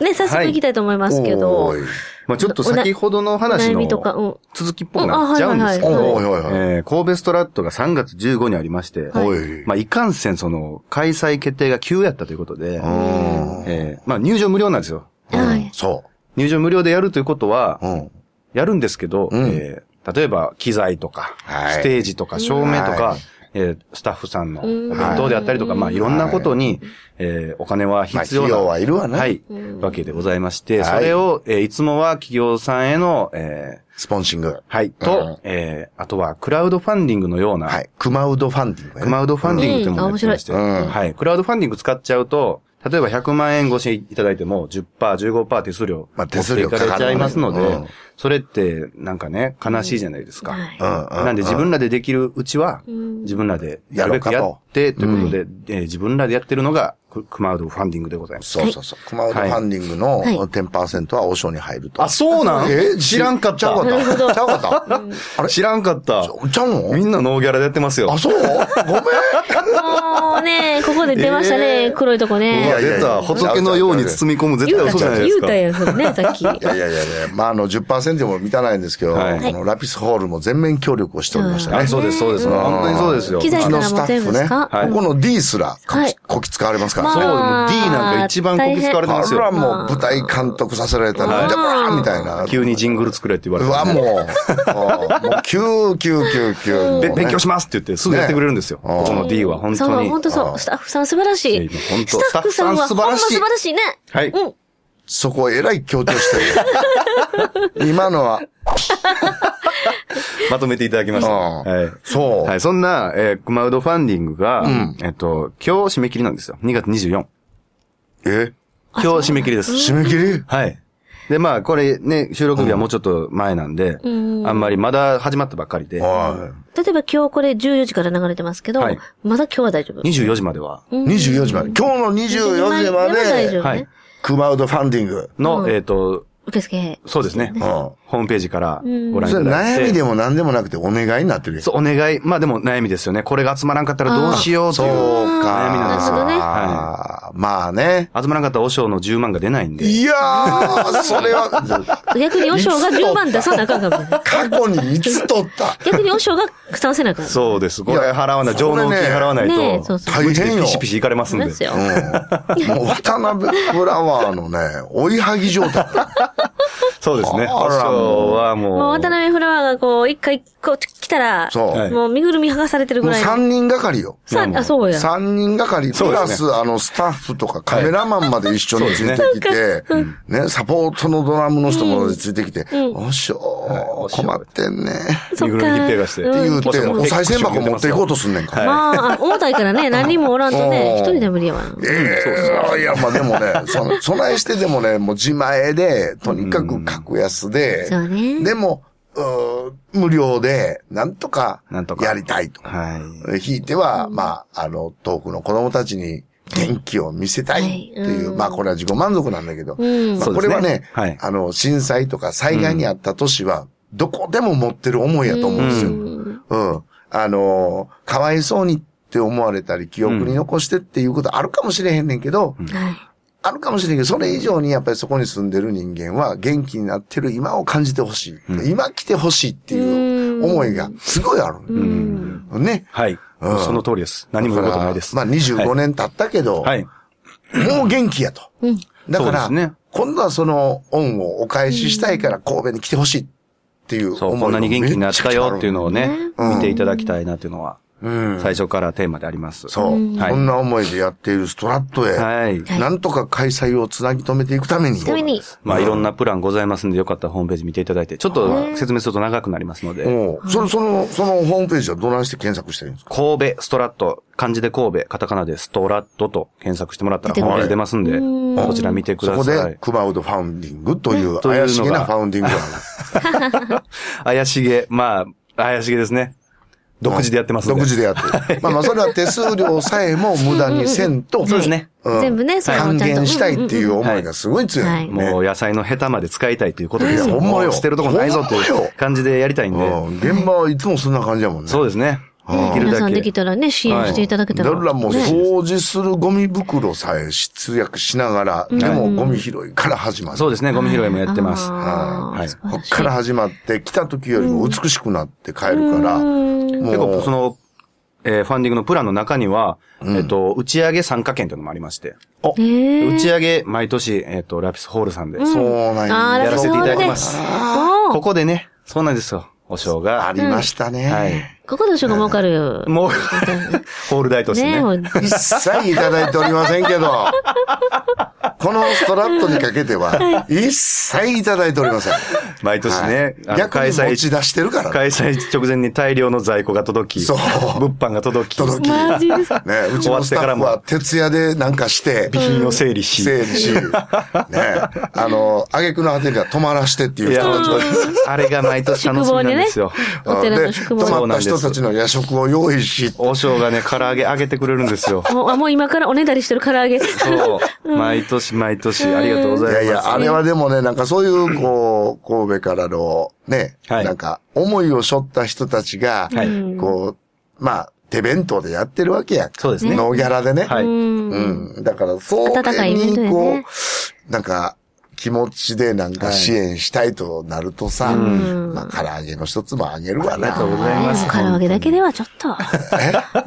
[SPEAKER 1] ね、早速行きたいと思いますけど。
[SPEAKER 2] おーい
[SPEAKER 3] まあちょっと先ほどの話
[SPEAKER 1] 悩みとか、う
[SPEAKER 3] の
[SPEAKER 1] ん。
[SPEAKER 3] 続きっぽくなっちゃうんですけ
[SPEAKER 2] うんあはい
[SPEAKER 3] ど
[SPEAKER 2] はいはいはい、
[SPEAKER 3] えー神戸ストラットが3月15にありまして、
[SPEAKER 2] おい。
[SPEAKER 3] まあいかんせんその開催決定が急やったということで、
[SPEAKER 2] うん
[SPEAKER 3] えーまあ入場無料なんですよ。
[SPEAKER 1] はい。
[SPEAKER 2] そ
[SPEAKER 3] 入場無料でやるということは
[SPEAKER 2] う。、うん。
[SPEAKER 3] やるんですけど、
[SPEAKER 2] うん
[SPEAKER 3] えー例えば機材とか、
[SPEAKER 2] はい
[SPEAKER 3] ステージとか、照明とか、
[SPEAKER 2] はい
[SPEAKER 3] えースタッフさんのお弁当であったりとか、まあいろんなことに、えーお金は必要な、
[SPEAKER 2] まあ費用はいるわね
[SPEAKER 3] はい
[SPEAKER 1] うん
[SPEAKER 3] わけでございまして、
[SPEAKER 2] はい
[SPEAKER 3] それを、えーいつもは企業さんへの、えー
[SPEAKER 2] スポンシング。
[SPEAKER 3] はい、
[SPEAKER 2] うん
[SPEAKER 3] と、えーあとはクラウドファンディングのような、
[SPEAKER 2] はい。クマウドファンディングね。
[SPEAKER 3] クラウドファンディングというものをやってまして、
[SPEAKER 2] うん面白いうん
[SPEAKER 3] はい、クラウドファンディング使っちゃうと、例えば100万円越しいただいても10%、15%手数料、
[SPEAKER 2] まあ手数料
[SPEAKER 3] 持っていかれちゃいますので、
[SPEAKER 2] かかるねうん
[SPEAKER 3] それってなんかね、悲しいじゃないですか。
[SPEAKER 1] はい
[SPEAKER 2] うんうん。
[SPEAKER 3] なんで自分らでできるうちは、
[SPEAKER 1] うん
[SPEAKER 3] 自分らでやるべくやって、ということで、えー自分らでやってるのがククマウドファンディングでございます。
[SPEAKER 2] そうそうそう。クマウドファンディングの
[SPEAKER 1] はい
[SPEAKER 2] 10%は王将に入ると。
[SPEAKER 3] あ、そうなん
[SPEAKER 2] え
[SPEAKER 3] 知らんかっ
[SPEAKER 2] ちゃうか
[SPEAKER 3] た。
[SPEAKER 1] なるほ
[SPEAKER 2] っ
[SPEAKER 1] ど
[SPEAKER 2] た。ちゃうかった。あれ
[SPEAKER 3] 知らんかった。
[SPEAKER 2] ちゃうの
[SPEAKER 3] みんなノーギャラでやってますよ。
[SPEAKER 2] あ、そうごめん。
[SPEAKER 1] もうね、ここで出ました
[SPEAKER 3] え
[SPEAKER 1] ね、
[SPEAKER 3] ー
[SPEAKER 1] 黒いとこ
[SPEAKER 3] う
[SPEAKER 1] ね
[SPEAKER 3] わ。出た。仏のように包み込む絶
[SPEAKER 1] 言
[SPEAKER 3] 対
[SPEAKER 1] うた
[SPEAKER 3] 嘘じ
[SPEAKER 1] ち
[SPEAKER 3] ゃ
[SPEAKER 1] ゃ
[SPEAKER 3] な
[SPEAKER 1] う
[SPEAKER 3] いで
[SPEAKER 1] 言
[SPEAKER 3] す
[SPEAKER 1] う
[SPEAKER 3] か。
[SPEAKER 1] たやん、それね、さっき。
[SPEAKER 2] いやいやいやいや、まあ、あの、10%も満たないんですけど、
[SPEAKER 3] はい
[SPEAKER 2] このラピスホールも全面協力をしておりましたね。
[SPEAKER 3] あ、そうです、そうです。
[SPEAKER 2] ん
[SPEAKER 3] 本当にそうですよ。
[SPEAKER 1] 機材
[SPEAKER 2] うち
[SPEAKER 1] から
[SPEAKER 2] のスタ
[SPEAKER 1] も
[SPEAKER 2] ッ
[SPEAKER 1] 全
[SPEAKER 2] フ
[SPEAKER 1] 部
[SPEAKER 2] ね、
[SPEAKER 1] ですか
[SPEAKER 3] はい
[SPEAKER 2] ここの D すらこき、
[SPEAKER 1] はい
[SPEAKER 2] こき使われますから。
[SPEAKER 1] ま
[SPEAKER 3] そう、
[SPEAKER 1] あ
[SPEAKER 3] もう D なんか一番こき使われてます
[SPEAKER 2] あら、
[SPEAKER 3] よ。
[SPEAKER 2] もう舞台監督させられた
[SPEAKER 1] は
[SPEAKER 2] ら、
[SPEAKER 1] い
[SPEAKER 2] でブラーみたいな。
[SPEAKER 3] 急にジングル作れって言わ
[SPEAKER 2] う
[SPEAKER 3] れ
[SPEAKER 2] わ、
[SPEAKER 3] て。
[SPEAKER 2] もう、もう、急、急、急、急。もう
[SPEAKER 3] べ
[SPEAKER 2] ね
[SPEAKER 3] 勉強しますって言って、すぐやってくれるんですよ。
[SPEAKER 2] ね
[SPEAKER 3] ここの D は、本
[SPEAKER 1] そう、
[SPEAKER 3] 当に。
[SPEAKER 1] 本当
[SPEAKER 2] あ
[SPEAKER 1] そう。スタッフさん素晴らし
[SPEAKER 3] いや
[SPEAKER 1] い
[SPEAKER 3] いや本。当
[SPEAKER 1] スタッフさんは
[SPEAKER 2] ス
[SPEAKER 1] ほ
[SPEAKER 2] タッフさん
[SPEAKER 1] ん
[SPEAKER 2] 素晴
[SPEAKER 1] ま
[SPEAKER 2] らしい
[SPEAKER 1] 素晴らしいね。
[SPEAKER 3] はい
[SPEAKER 1] うん。
[SPEAKER 2] そこをえらい強調して る。今のは、
[SPEAKER 3] まとめていただきました。
[SPEAKER 2] うん
[SPEAKER 3] はい。
[SPEAKER 2] そう。
[SPEAKER 3] はい、そんな、えークマウドファンディングが、えっと、今日締め切りなんですよ。2月24。
[SPEAKER 2] え
[SPEAKER 3] 今日締め切りです。
[SPEAKER 2] 締め切り
[SPEAKER 3] はい。で、まあ、これね、収録日はもうちょっと前なんで、
[SPEAKER 1] うん
[SPEAKER 3] あんまりまだ始まったばっかりで、
[SPEAKER 2] は
[SPEAKER 1] 例えば今日これ14時から流れてますけど
[SPEAKER 3] はい、
[SPEAKER 1] まだ今日は大丈夫。
[SPEAKER 3] 24時までは、
[SPEAKER 2] い。24時まで。今日の24時ま
[SPEAKER 1] でも大丈
[SPEAKER 2] で、
[SPEAKER 1] 夫
[SPEAKER 3] は
[SPEAKER 1] ね
[SPEAKER 3] い。
[SPEAKER 2] クマウドファンディング。
[SPEAKER 3] の、
[SPEAKER 1] うん
[SPEAKER 3] えっと、
[SPEAKER 1] 受付。
[SPEAKER 3] そうですね。
[SPEAKER 2] ん
[SPEAKER 3] ホームページからご覧い
[SPEAKER 2] そ
[SPEAKER 3] た
[SPEAKER 2] れ
[SPEAKER 3] だいて。
[SPEAKER 2] 悩みでも何でもなくてお願いになってるやん。
[SPEAKER 3] そう、お願い。まあでも悩みですよね。これが集まらんかったらどうしようと
[SPEAKER 2] そ
[SPEAKER 3] いうう
[SPEAKER 2] か。
[SPEAKER 3] 悩みなんです
[SPEAKER 1] なるほど
[SPEAKER 3] よ。
[SPEAKER 1] ね
[SPEAKER 2] あーまあね。
[SPEAKER 3] 集まらんかったら和尚の10万が出ないんで。
[SPEAKER 2] いやー、それは、
[SPEAKER 1] 逆に和尚が10番出さなあかんかもね。
[SPEAKER 2] 過去にいつ取った。
[SPEAKER 1] 逆に和尚が賛成なあかん。
[SPEAKER 3] そうです。これ
[SPEAKER 2] いや
[SPEAKER 3] 払わない。上納金払わないと。
[SPEAKER 1] ねえ、そうそう。
[SPEAKER 2] 大
[SPEAKER 3] うち
[SPEAKER 2] 変
[SPEAKER 3] で
[SPEAKER 2] よ
[SPEAKER 3] ピ。シピシいかれますん
[SPEAKER 1] そう
[SPEAKER 3] で。
[SPEAKER 1] ですよ。
[SPEAKER 2] うんもう渡辺フラワーのね、追いはぎ状態。
[SPEAKER 3] そうですね。
[SPEAKER 2] あ
[SPEAKER 3] 和
[SPEAKER 2] ら
[SPEAKER 3] 尚はもう。
[SPEAKER 1] もう渡辺フラワーがこう、一回こう来たら、
[SPEAKER 2] そう
[SPEAKER 3] はい
[SPEAKER 1] もう身ぐるみ剥がされてるぐ
[SPEAKER 2] もう
[SPEAKER 1] らいの。
[SPEAKER 2] 3人がかりよ。
[SPEAKER 1] さあ、そうや。
[SPEAKER 2] 3人がかり、プ
[SPEAKER 3] そうです
[SPEAKER 2] ラス、
[SPEAKER 3] ね
[SPEAKER 2] あの、スタッフとかカメラマンまで一緒についてきて、ね、サポートのドラムの人もついてきて、おっしょ
[SPEAKER 3] お
[SPEAKER 2] ー、
[SPEAKER 3] しょー
[SPEAKER 2] 困ってんね。
[SPEAKER 1] そっ
[SPEAKER 3] 身ぐるみに手がして
[SPEAKER 2] って
[SPEAKER 1] うん
[SPEAKER 2] 言って、
[SPEAKER 3] うん
[SPEAKER 2] お賽銭箱持っていこうとすんねんか。
[SPEAKER 1] まあ、重たいから ね、何人もおらんと
[SPEAKER 2] うん
[SPEAKER 1] ね、一人で無理やわ。
[SPEAKER 2] ええいや、まあでもね、その、備えしてでもね、もう自前で、とにかく格安で、
[SPEAKER 1] そうね
[SPEAKER 2] でも、うー無料で、なんとか
[SPEAKER 3] なんと、か
[SPEAKER 2] やりたいと。
[SPEAKER 3] はい。
[SPEAKER 2] ひいては、まあ、あの、遠くの子供たちに元気を見せたいっていう、
[SPEAKER 1] はい
[SPEAKER 2] まあ、これは自己満足なんだけど、
[SPEAKER 1] ん
[SPEAKER 2] まあ、
[SPEAKER 3] そう
[SPEAKER 2] こ
[SPEAKER 3] です
[SPEAKER 2] れは
[SPEAKER 3] ね
[SPEAKER 2] ね、
[SPEAKER 3] はい
[SPEAKER 2] あの、震災とか災害にあった都市は、どこでも持ってる思いやと思うんですよ。うん。あのー、かわいそうにって思われたり、記憶に残してっていうことあるかもしれへんねんけど、
[SPEAKER 1] はい。
[SPEAKER 2] あるかもしれんけど、それ以上にやっぱりそこに住んでる人間は元気になってる今を感じてほしい。今来てほしいっていう思いがすごいある。ね。
[SPEAKER 3] はい。
[SPEAKER 2] うん
[SPEAKER 3] その通りです。何も言うことないです。
[SPEAKER 2] まあ25年経ったけど、
[SPEAKER 3] はい。
[SPEAKER 2] もう元気やと。だか
[SPEAKER 3] そ
[SPEAKER 2] ら、
[SPEAKER 3] うですね
[SPEAKER 2] 今度はその恩をお返ししたいから神戸に来てほしいっていう
[SPEAKER 3] そ、
[SPEAKER 2] 思いう
[SPEAKER 3] こんなに元気になったよっていう
[SPEAKER 2] の。
[SPEAKER 3] のをね、
[SPEAKER 2] うん
[SPEAKER 3] 見ていただきたいなっていうのは、
[SPEAKER 2] うん。
[SPEAKER 3] 最初からテーマであります。
[SPEAKER 2] そう。
[SPEAKER 3] はい
[SPEAKER 2] そんな思いでやっているストラットへ、
[SPEAKER 3] はい。
[SPEAKER 2] なんとか開催をつなぎ止めていくために。
[SPEAKER 1] ちなみに、
[SPEAKER 3] まあ、いろんなプランございますんで、よかったらホームページ見ていただいて、ちょっと説明すると長くなりますので、
[SPEAKER 2] おうその、その、そのホームページはどないして検索してるんですか
[SPEAKER 3] 神戸ストラット、漢字で神戸、カタカナでストラットと検索してもらったら
[SPEAKER 1] 出
[SPEAKER 3] ホ
[SPEAKER 1] てくる
[SPEAKER 3] ームページ出ますんで、
[SPEAKER 1] うん
[SPEAKER 3] こちら見てく
[SPEAKER 2] そ
[SPEAKER 3] だ
[SPEAKER 2] こ
[SPEAKER 3] さ
[SPEAKER 2] で
[SPEAKER 3] い、。
[SPEAKER 2] クマウドファウンディングという
[SPEAKER 3] というのが
[SPEAKER 2] 怪しげなファウンディングがある。
[SPEAKER 3] 怪しげ、まあ、怪しげですね。独自でやってますん
[SPEAKER 2] 独自でや ってる。まあまあ、それは手数料さえも無駄にせんと、
[SPEAKER 4] そうですね。
[SPEAKER 2] うん
[SPEAKER 1] 全部ねそれもちゃん
[SPEAKER 2] 還
[SPEAKER 1] と
[SPEAKER 2] 元したいっていう思いがすごい強い。
[SPEAKER 1] はい
[SPEAKER 2] ね
[SPEAKER 3] もう野菜のヘタまで使いたいということです
[SPEAKER 2] うんほ
[SPEAKER 3] よ。
[SPEAKER 2] んまよ
[SPEAKER 3] もう捨てるとこないぞとい
[SPEAKER 2] ほんまよ
[SPEAKER 3] う感じでやりたいんで。
[SPEAKER 2] うん現場はいつもそんな感じやもんね。
[SPEAKER 3] そうですね。できる
[SPEAKER 1] 皆さ
[SPEAKER 3] だ
[SPEAKER 1] んで
[SPEAKER 3] け
[SPEAKER 1] き。たらね、支援していただけた
[SPEAKER 2] だ
[SPEAKER 1] ら。
[SPEAKER 2] からもう
[SPEAKER 1] ね
[SPEAKER 2] 掃除するゴミ袋さえ出力しながら、でもゴミ拾いから始まる。
[SPEAKER 3] そうですね、ゴミ拾いもやってます。
[SPEAKER 1] あー
[SPEAKER 3] はい
[SPEAKER 1] 素晴
[SPEAKER 2] こ
[SPEAKER 1] ら
[SPEAKER 2] っ
[SPEAKER 1] しい
[SPEAKER 2] から始まって、来た時よりも美しくなって帰るから、
[SPEAKER 3] 結
[SPEAKER 2] も、
[SPEAKER 3] 構、そうの、えーファンディングのプランの中には、えっと、打ち上げ参加券というのもありまして。
[SPEAKER 1] えー
[SPEAKER 3] 打ち上げ、毎年、えっと、ラピスホールさんで、
[SPEAKER 2] そうなん
[SPEAKER 1] あー
[SPEAKER 2] や
[SPEAKER 3] やらせていただきます。
[SPEAKER 1] おー
[SPEAKER 3] ここでね、そうなんですよ。お正が。
[SPEAKER 2] ありました
[SPEAKER 3] は
[SPEAKER 2] ね。
[SPEAKER 3] い。
[SPEAKER 1] ここでしょが儲かる。
[SPEAKER 3] もう、 ホール代として
[SPEAKER 1] ね
[SPEAKER 3] ね。
[SPEAKER 2] 一切いただいておりませんけど、このストラットにかけては、一切いただいておりません。
[SPEAKER 3] 毎年ね、あ
[SPEAKER 2] はい
[SPEAKER 3] の
[SPEAKER 2] 逆
[SPEAKER 3] 開
[SPEAKER 2] に持ち
[SPEAKER 3] 催、
[SPEAKER 2] 出してるからね。
[SPEAKER 3] 開催直前に大量の在庫が届き、
[SPEAKER 2] そう
[SPEAKER 3] 物販が届き、
[SPEAKER 2] 届き。ね、
[SPEAKER 1] マジですか。
[SPEAKER 2] うち
[SPEAKER 3] 終わ
[SPEAKER 2] の
[SPEAKER 3] っ
[SPEAKER 2] ス
[SPEAKER 3] て
[SPEAKER 2] タ
[SPEAKER 3] から
[SPEAKER 2] ッフ
[SPEAKER 3] も
[SPEAKER 2] は徹夜でなんかして、
[SPEAKER 3] 備品を整理し、
[SPEAKER 2] 整理 し、ね、あの、挙句の果てには泊まらしてってい
[SPEAKER 3] いうや、
[SPEAKER 2] 人た
[SPEAKER 3] 本
[SPEAKER 2] ち
[SPEAKER 3] 当
[SPEAKER 2] が
[SPEAKER 3] に あれが毎年楽しみなんですよ。
[SPEAKER 1] お
[SPEAKER 2] で、
[SPEAKER 1] 寺の宿
[SPEAKER 2] 泊
[SPEAKER 1] 坊。
[SPEAKER 2] まった人たちの夜食を用意し、
[SPEAKER 3] お正がね、唐揚げあげてくれるんですよ。
[SPEAKER 1] もうあもう今からおねだりしてる唐揚げ。
[SPEAKER 3] そう。毎年毎年、ありがとうご
[SPEAKER 2] い
[SPEAKER 3] ざいま
[SPEAKER 2] や
[SPEAKER 3] す。
[SPEAKER 2] いや、あれはでもね、なんかそういう、こう、神戸からの、ね、
[SPEAKER 3] はい
[SPEAKER 2] なんか、思いを背負った人たちが、
[SPEAKER 3] はい
[SPEAKER 2] こう、まあ、手弁当でやってるわけやん
[SPEAKER 3] そうですね
[SPEAKER 2] ノーギャラでね。
[SPEAKER 3] はい。
[SPEAKER 2] うん。だから、そう
[SPEAKER 1] 温かいイベント
[SPEAKER 2] に、
[SPEAKER 1] やね
[SPEAKER 2] こう、なんか、気持ちでなんか支援したいとなるとさ、まあ、唐揚げの一つもあげるわな。ありがとうござい
[SPEAKER 1] ね唐揚げだけではちょっと。ま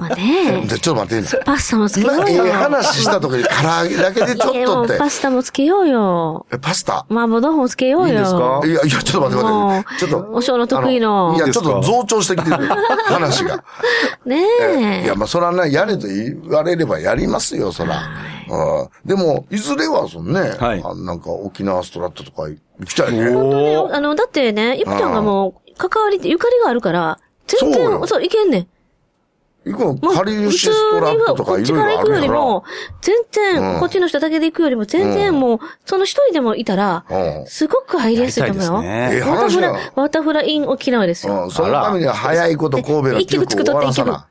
[SPEAKER 1] あね。
[SPEAKER 2] ちょっと待っていいの
[SPEAKER 1] パスタもつけよ
[SPEAKER 2] 今、
[SPEAKER 1] う
[SPEAKER 2] ええ
[SPEAKER 1] よ。
[SPEAKER 2] 話した時に唐揚げだけでちょ
[SPEAKER 1] い
[SPEAKER 2] っ
[SPEAKER 1] や
[SPEAKER 2] と
[SPEAKER 1] も
[SPEAKER 2] っ
[SPEAKER 1] う
[SPEAKER 2] て。
[SPEAKER 1] パスタもつけようよ。
[SPEAKER 2] え、パスタ
[SPEAKER 1] 麻婆豆腐もつけようよ。
[SPEAKER 3] いいですか
[SPEAKER 2] いや、いや、ちょっと待って待って。ちょっと。
[SPEAKER 1] お正の得意の
[SPEAKER 2] あいや、ちょっと増長してきてる。話が。
[SPEAKER 1] ね
[SPEAKER 2] い
[SPEAKER 1] え
[SPEAKER 2] や、。まあ、そらな、やれと言われればやりますよ、そら。うんでも、いずれは、そのね、
[SPEAKER 3] はい
[SPEAKER 2] あなんか沖縄ストラットとか行きたいね。
[SPEAKER 3] おー
[SPEAKER 1] あの、だってね、ゆきちゃんがもう、関わりって、ゆかりがあるから、全
[SPEAKER 2] そうよ
[SPEAKER 1] 然、そう、いけんねん。
[SPEAKER 2] 行く
[SPEAKER 1] も
[SPEAKER 2] の、
[SPEAKER 1] う
[SPEAKER 2] かりゆしストラップ
[SPEAKER 1] 普
[SPEAKER 2] とか
[SPEAKER 1] 通
[SPEAKER 2] い
[SPEAKER 1] にこっち
[SPEAKER 2] ろ
[SPEAKER 1] から
[SPEAKER 2] いろあ
[SPEAKER 1] 行く
[SPEAKER 2] る
[SPEAKER 1] より
[SPEAKER 2] やろ。
[SPEAKER 1] も、全
[SPEAKER 2] うん
[SPEAKER 1] 然、こっちの人だけで行くよりも、全然もう、その一人でもいたら
[SPEAKER 2] うん、
[SPEAKER 1] すごく入りやすいと思うよ。
[SPEAKER 3] や
[SPEAKER 2] ええ
[SPEAKER 3] り
[SPEAKER 1] ワタ
[SPEAKER 2] 話
[SPEAKER 1] フ
[SPEAKER 2] や
[SPEAKER 1] ラ
[SPEAKER 2] ん。、
[SPEAKER 1] ワタフライン沖縄ですよ。
[SPEAKER 2] うん、そのためには早いこと神戸の記
[SPEAKER 1] 一曲
[SPEAKER 2] 録
[SPEAKER 1] 作っと
[SPEAKER 2] を終
[SPEAKER 1] っ
[SPEAKER 2] わ
[SPEAKER 1] て
[SPEAKER 2] ら
[SPEAKER 1] 一
[SPEAKER 2] さ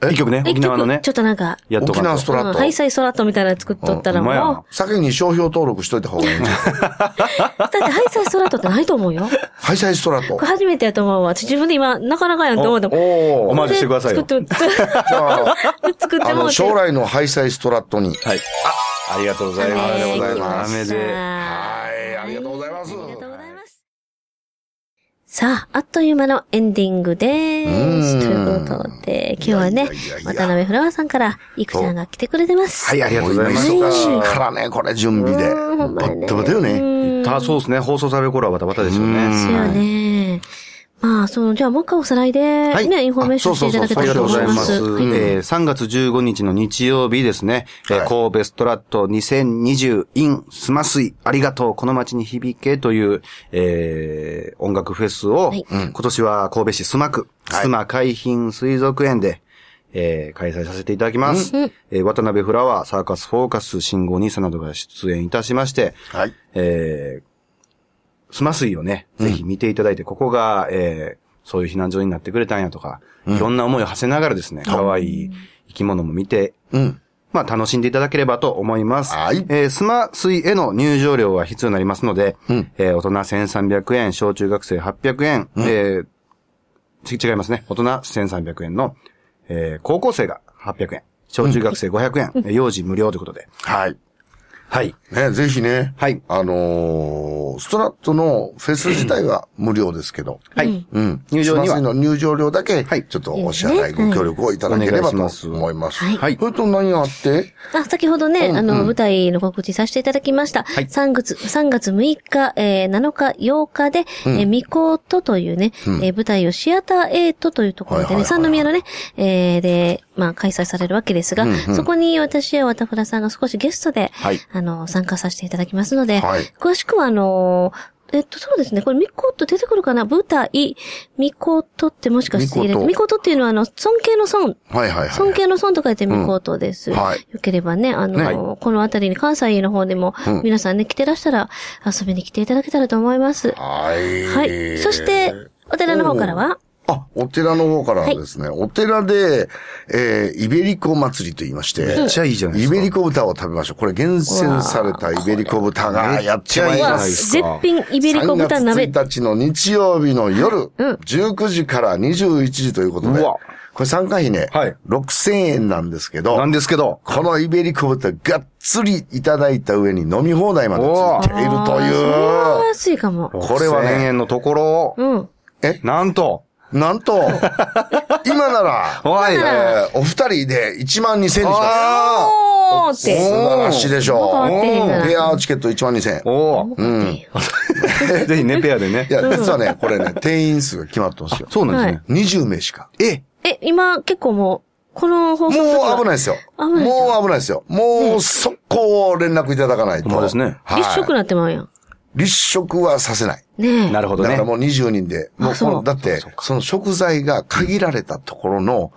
[SPEAKER 1] 曲
[SPEAKER 2] な。
[SPEAKER 3] 一曲ね、
[SPEAKER 1] 一
[SPEAKER 3] 沖縄のね
[SPEAKER 1] 曲ちょ、っとなんか、
[SPEAKER 3] やっと
[SPEAKER 2] 沖
[SPEAKER 3] か
[SPEAKER 2] 縄
[SPEAKER 3] な
[SPEAKER 2] ス
[SPEAKER 3] と
[SPEAKER 2] ト。ラ
[SPEAKER 1] うん、
[SPEAKER 2] ット。
[SPEAKER 1] ハイサイソラットみたいなの作っとったら
[SPEAKER 3] ほんまや
[SPEAKER 1] もう
[SPEAKER 3] な、
[SPEAKER 2] 先に商標登録しといた方がいいんじゃない
[SPEAKER 1] だってハイサイソラットってないと思うよ。
[SPEAKER 2] ハイサイストラ ット
[SPEAKER 1] これ。初めてやと思うわ。私自分で今、なかなかやんと思うでも。
[SPEAKER 2] お
[SPEAKER 3] お
[SPEAKER 2] ー
[SPEAKER 3] マージしてくださいよ
[SPEAKER 1] で作って もらっ
[SPEAKER 2] じゃあ、
[SPEAKER 1] て、作って
[SPEAKER 2] あ
[SPEAKER 1] もら
[SPEAKER 2] の、
[SPEAKER 1] って。
[SPEAKER 2] 将来のハイサイストラットに。
[SPEAKER 3] はい。あありがとうございます。
[SPEAKER 2] ありがとうございます
[SPEAKER 3] 雨
[SPEAKER 2] は
[SPEAKER 3] で。
[SPEAKER 2] い、ありがとうございます。
[SPEAKER 1] ありがとうございます。さあ、あっという間のエンディングでー
[SPEAKER 2] う
[SPEAKER 1] す。
[SPEAKER 2] ん
[SPEAKER 1] ということで、今日はいね
[SPEAKER 2] やいやいやい、や
[SPEAKER 1] 渡辺フラワーさんから、いくちゃんが来てくれてます。
[SPEAKER 3] はい、ありがとうございます。
[SPEAKER 2] も今忙しいからね、これ準備で。
[SPEAKER 1] うんほんまやね
[SPEAKER 2] バッタバタよね。
[SPEAKER 1] うん
[SPEAKER 3] ただそうですね、放送される頃はバタバタでしょう
[SPEAKER 2] うん
[SPEAKER 3] ね。
[SPEAKER 1] そうよね。まあ、その、じゃあもう一回おさらいで、
[SPEAKER 3] はい
[SPEAKER 1] ね、インフォメーションしていただけた
[SPEAKER 3] あり
[SPEAKER 1] ら
[SPEAKER 3] が
[SPEAKER 1] と
[SPEAKER 3] とうご
[SPEAKER 1] 思
[SPEAKER 3] ざ
[SPEAKER 1] い
[SPEAKER 3] い
[SPEAKER 1] ま
[SPEAKER 3] ます。
[SPEAKER 1] す。はい
[SPEAKER 3] えー3月15日の日曜日ですね、え
[SPEAKER 2] は
[SPEAKER 3] ー
[SPEAKER 2] い
[SPEAKER 3] 神戸ストラット 2020in スマスイありがとうこの街に響けという、えー音楽フェスを、
[SPEAKER 1] はい
[SPEAKER 3] 今年は神戸市須磨区、須磨海浜水族園で、えー開催させていただきます。えー渡辺フラワー、サーカスフォーカス、信号兄さんなどが出演いたしまして、
[SPEAKER 2] はい。
[SPEAKER 3] えー、スマスイをね、ぜひ見ていただいて、ここが、えー、そういう避難所になってくれたんやとか、いろんな思いを馳せながらですね、可愛い生き物も見て、
[SPEAKER 2] うん。
[SPEAKER 3] まあ楽しんでいただければと思います。
[SPEAKER 2] はい
[SPEAKER 3] えースマスイへの入場料は必要になりますので、えー大人1300円、小中学生800円、えーち違いますね。大人1300円の、えー高校生が800円、小中学生500円、えー幼児無料ということで。
[SPEAKER 2] はい。
[SPEAKER 3] はい。
[SPEAKER 2] ね、ぜひね。
[SPEAKER 3] はい
[SPEAKER 2] あのーストラットのフェス自体は無料ですけど。
[SPEAKER 3] はい。
[SPEAKER 2] うん。
[SPEAKER 3] 入場には
[SPEAKER 2] スマスイの入場料だけ、
[SPEAKER 3] はい
[SPEAKER 2] ちょっとお支払いご協力をいただければ
[SPEAKER 3] お願いし
[SPEAKER 2] と
[SPEAKER 3] ます
[SPEAKER 2] 思います。
[SPEAKER 1] はい
[SPEAKER 3] はい
[SPEAKER 2] それと何があって
[SPEAKER 1] あ、先ほどね、あの、舞台の告知させていただきました。
[SPEAKER 3] い
[SPEAKER 1] 3月、3月6日、えー7日、8日で、えー、ミコートというね、えー舞台をシアターエイトというところで
[SPEAKER 2] はいはいはいは
[SPEAKER 1] ね、
[SPEAKER 2] い
[SPEAKER 1] 三宮のね、えーで、まあ、開催されるわけですが、そこに私や渡倉さんが少しゲストで、
[SPEAKER 3] はい
[SPEAKER 1] あの、参加させていただきますので、
[SPEAKER 2] はい
[SPEAKER 1] 詳しくはあのーえっと、そうですね。これ、ミコート出てくるかな舞台、ミコートってもしかして入れ
[SPEAKER 2] ミ
[SPEAKER 1] て、
[SPEAKER 2] コート
[SPEAKER 1] ミコートっていうのは、あの、尊敬の尊
[SPEAKER 2] はいはいはい。
[SPEAKER 1] 尊敬の尊と書いてみこうとです。
[SPEAKER 2] うんはい
[SPEAKER 1] よければね、あの、
[SPEAKER 2] はい
[SPEAKER 1] この辺りに関西の方でも、皆さんね、来てらしたら、遊びに来ていただけたらと思います。
[SPEAKER 2] はい。
[SPEAKER 1] はい。そして、お寺の方からは、
[SPEAKER 2] あ、お寺の方からですね、お寺で、えー、イベリコ祭りと言いまして、
[SPEAKER 3] めっちゃいいじゃないで
[SPEAKER 2] イ
[SPEAKER 3] すか。
[SPEAKER 2] ベリコ豚を食べましょう。これ厳選されたイベリコ豚がやってまいり
[SPEAKER 1] う
[SPEAKER 2] ま
[SPEAKER 1] わ、
[SPEAKER 2] す。
[SPEAKER 1] 絶品イベリコ豚鍋
[SPEAKER 2] 3。月1日の日曜日の夜、
[SPEAKER 1] うん
[SPEAKER 2] 19時から21時ということで、
[SPEAKER 3] うわ
[SPEAKER 2] これ参加費ね、
[SPEAKER 3] はい
[SPEAKER 2] 6000円なんですけど
[SPEAKER 3] な、んですけど、
[SPEAKER 2] このイベリコ豚がっつりいただいた上に飲み放題までついていると
[SPEAKER 1] あーそれはい安いかも。
[SPEAKER 2] これはね
[SPEAKER 3] 1000円のところを、
[SPEAKER 1] うん。
[SPEAKER 3] なんと、
[SPEAKER 2] なんと、今なら、
[SPEAKER 3] はい。
[SPEAKER 2] えーお二人で1万2000円にします。
[SPEAKER 3] あ
[SPEAKER 1] おーっ
[SPEAKER 2] 素
[SPEAKER 1] て。
[SPEAKER 2] 晴らしいでし
[SPEAKER 1] なん
[SPEAKER 2] ょ
[SPEAKER 1] か
[SPEAKER 2] う
[SPEAKER 1] 合っ。てへんかな
[SPEAKER 2] ペアチケット1万2000円
[SPEAKER 3] ー。お
[SPEAKER 1] う
[SPEAKER 3] ー ぜひね、ペアでね
[SPEAKER 2] い。や、実はね、これね、定員数が決まってますよ。
[SPEAKER 3] そうなんですね。
[SPEAKER 2] 20名しか。
[SPEAKER 3] え
[SPEAKER 1] え、今、結構もう、この放
[SPEAKER 2] もう
[SPEAKER 1] 送時は
[SPEAKER 2] 危ないですよ。
[SPEAKER 1] 危
[SPEAKER 2] も
[SPEAKER 1] な
[SPEAKER 2] う
[SPEAKER 1] いですよ
[SPEAKER 2] 危ないですよ。もう速攻連絡いただかないと。
[SPEAKER 3] ほんまですね
[SPEAKER 2] はい
[SPEAKER 1] 立食なってまうやん。
[SPEAKER 2] 立食はさせない。
[SPEAKER 1] ねえ。
[SPEAKER 3] なるほ
[SPEAKER 2] だか
[SPEAKER 3] どね
[SPEAKER 2] ら。もう20人で。もうこ
[SPEAKER 1] そ
[SPEAKER 2] の、
[SPEAKER 1] う
[SPEAKER 2] だって、その食材が限られたところの、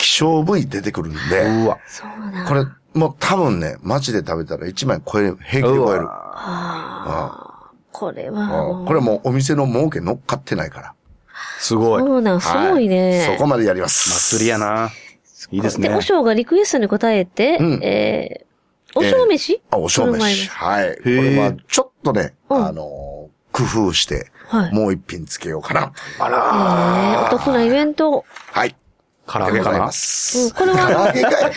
[SPEAKER 2] 希少部位出てくるんで、
[SPEAKER 3] うわ。
[SPEAKER 1] そうなん
[SPEAKER 2] これ、もう多分ね、街で食べたら1枚超える、平気で超える。
[SPEAKER 1] あーこれは
[SPEAKER 2] う
[SPEAKER 1] も
[SPEAKER 2] ん
[SPEAKER 1] う。
[SPEAKER 2] これもうお店の儲け乗っかってないから。
[SPEAKER 3] すごい。
[SPEAKER 1] そうなん、すごいね。
[SPEAKER 2] そこまでやります。
[SPEAKER 3] 祭りやな。いいですね
[SPEAKER 1] で、。お正がリクエストに答えて、
[SPEAKER 2] うん
[SPEAKER 1] えー、お正飯、
[SPEAKER 2] あ、お正
[SPEAKER 1] 振る舞い
[SPEAKER 2] 飯。
[SPEAKER 1] 飯
[SPEAKER 2] はい。これはちょっとね、
[SPEAKER 1] うん
[SPEAKER 2] あのー、工夫して、
[SPEAKER 1] はい。
[SPEAKER 2] もう一品つけようかな。
[SPEAKER 1] えー、お得なイベント。
[SPEAKER 2] はい。
[SPEAKER 3] 唐揚げ
[SPEAKER 2] で
[SPEAKER 3] か
[SPEAKER 2] ござい
[SPEAKER 3] な
[SPEAKER 2] ま。
[SPEAKER 1] うん、
[SPEAKER 2] す。
[SPEAKER 1] これは、
[SPEAKER 2] 唐揚げかい。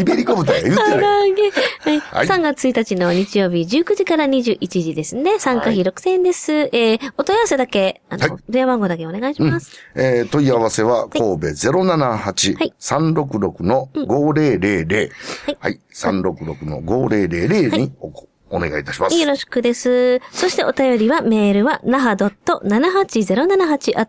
[SPEAKER 2] イベリコ豚や言う
[SPEAKER 1] 唐
[SPEAKER 2] てない。
[SPEAKER 1] 揚げ。はい。
[SPEAKER 2] はい
[SPEAKER 1] 3月1日の日曜日19時から21時ですね。参加費6000円です。えー、お問い合わせだけ、あの、
[SPEAKER 2] は
[SPEAKER 1] 電話番号だけお願いします。
[SPEAKER 2] えー、問い合わせは、神戸078-366の5000。
[SPEAKER 1] はい
[SPEAKER 2] はい。366の5000におこお願いいたします。
[SPEAKER 1] よろしくです。そしてお便りは、メールは、なは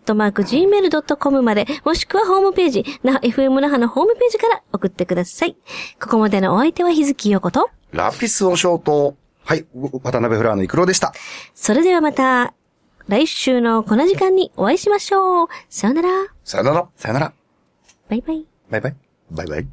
[SPEAKER 1] .78078-gmail.com まで、もしくはホームページ、なは FM 那覇のホームページから送ってください。ここまでのお相手は日月陽子と、
[SPEAKER 2] ラピスを消灯。
[SPEAKER 3] はい。渡辺フラーのイクロでした。
[SPEAKER 1] それではまた、来週のこの時間にお会いしましょう。さよなら。
[SPEAKER 2] さよなら。
[SPEAKER 3] さよなら。
[SPEAKER 1] バイバイ。
[SPEAKER 3] バイバイ。
[SPEAKER 2] バイバイ。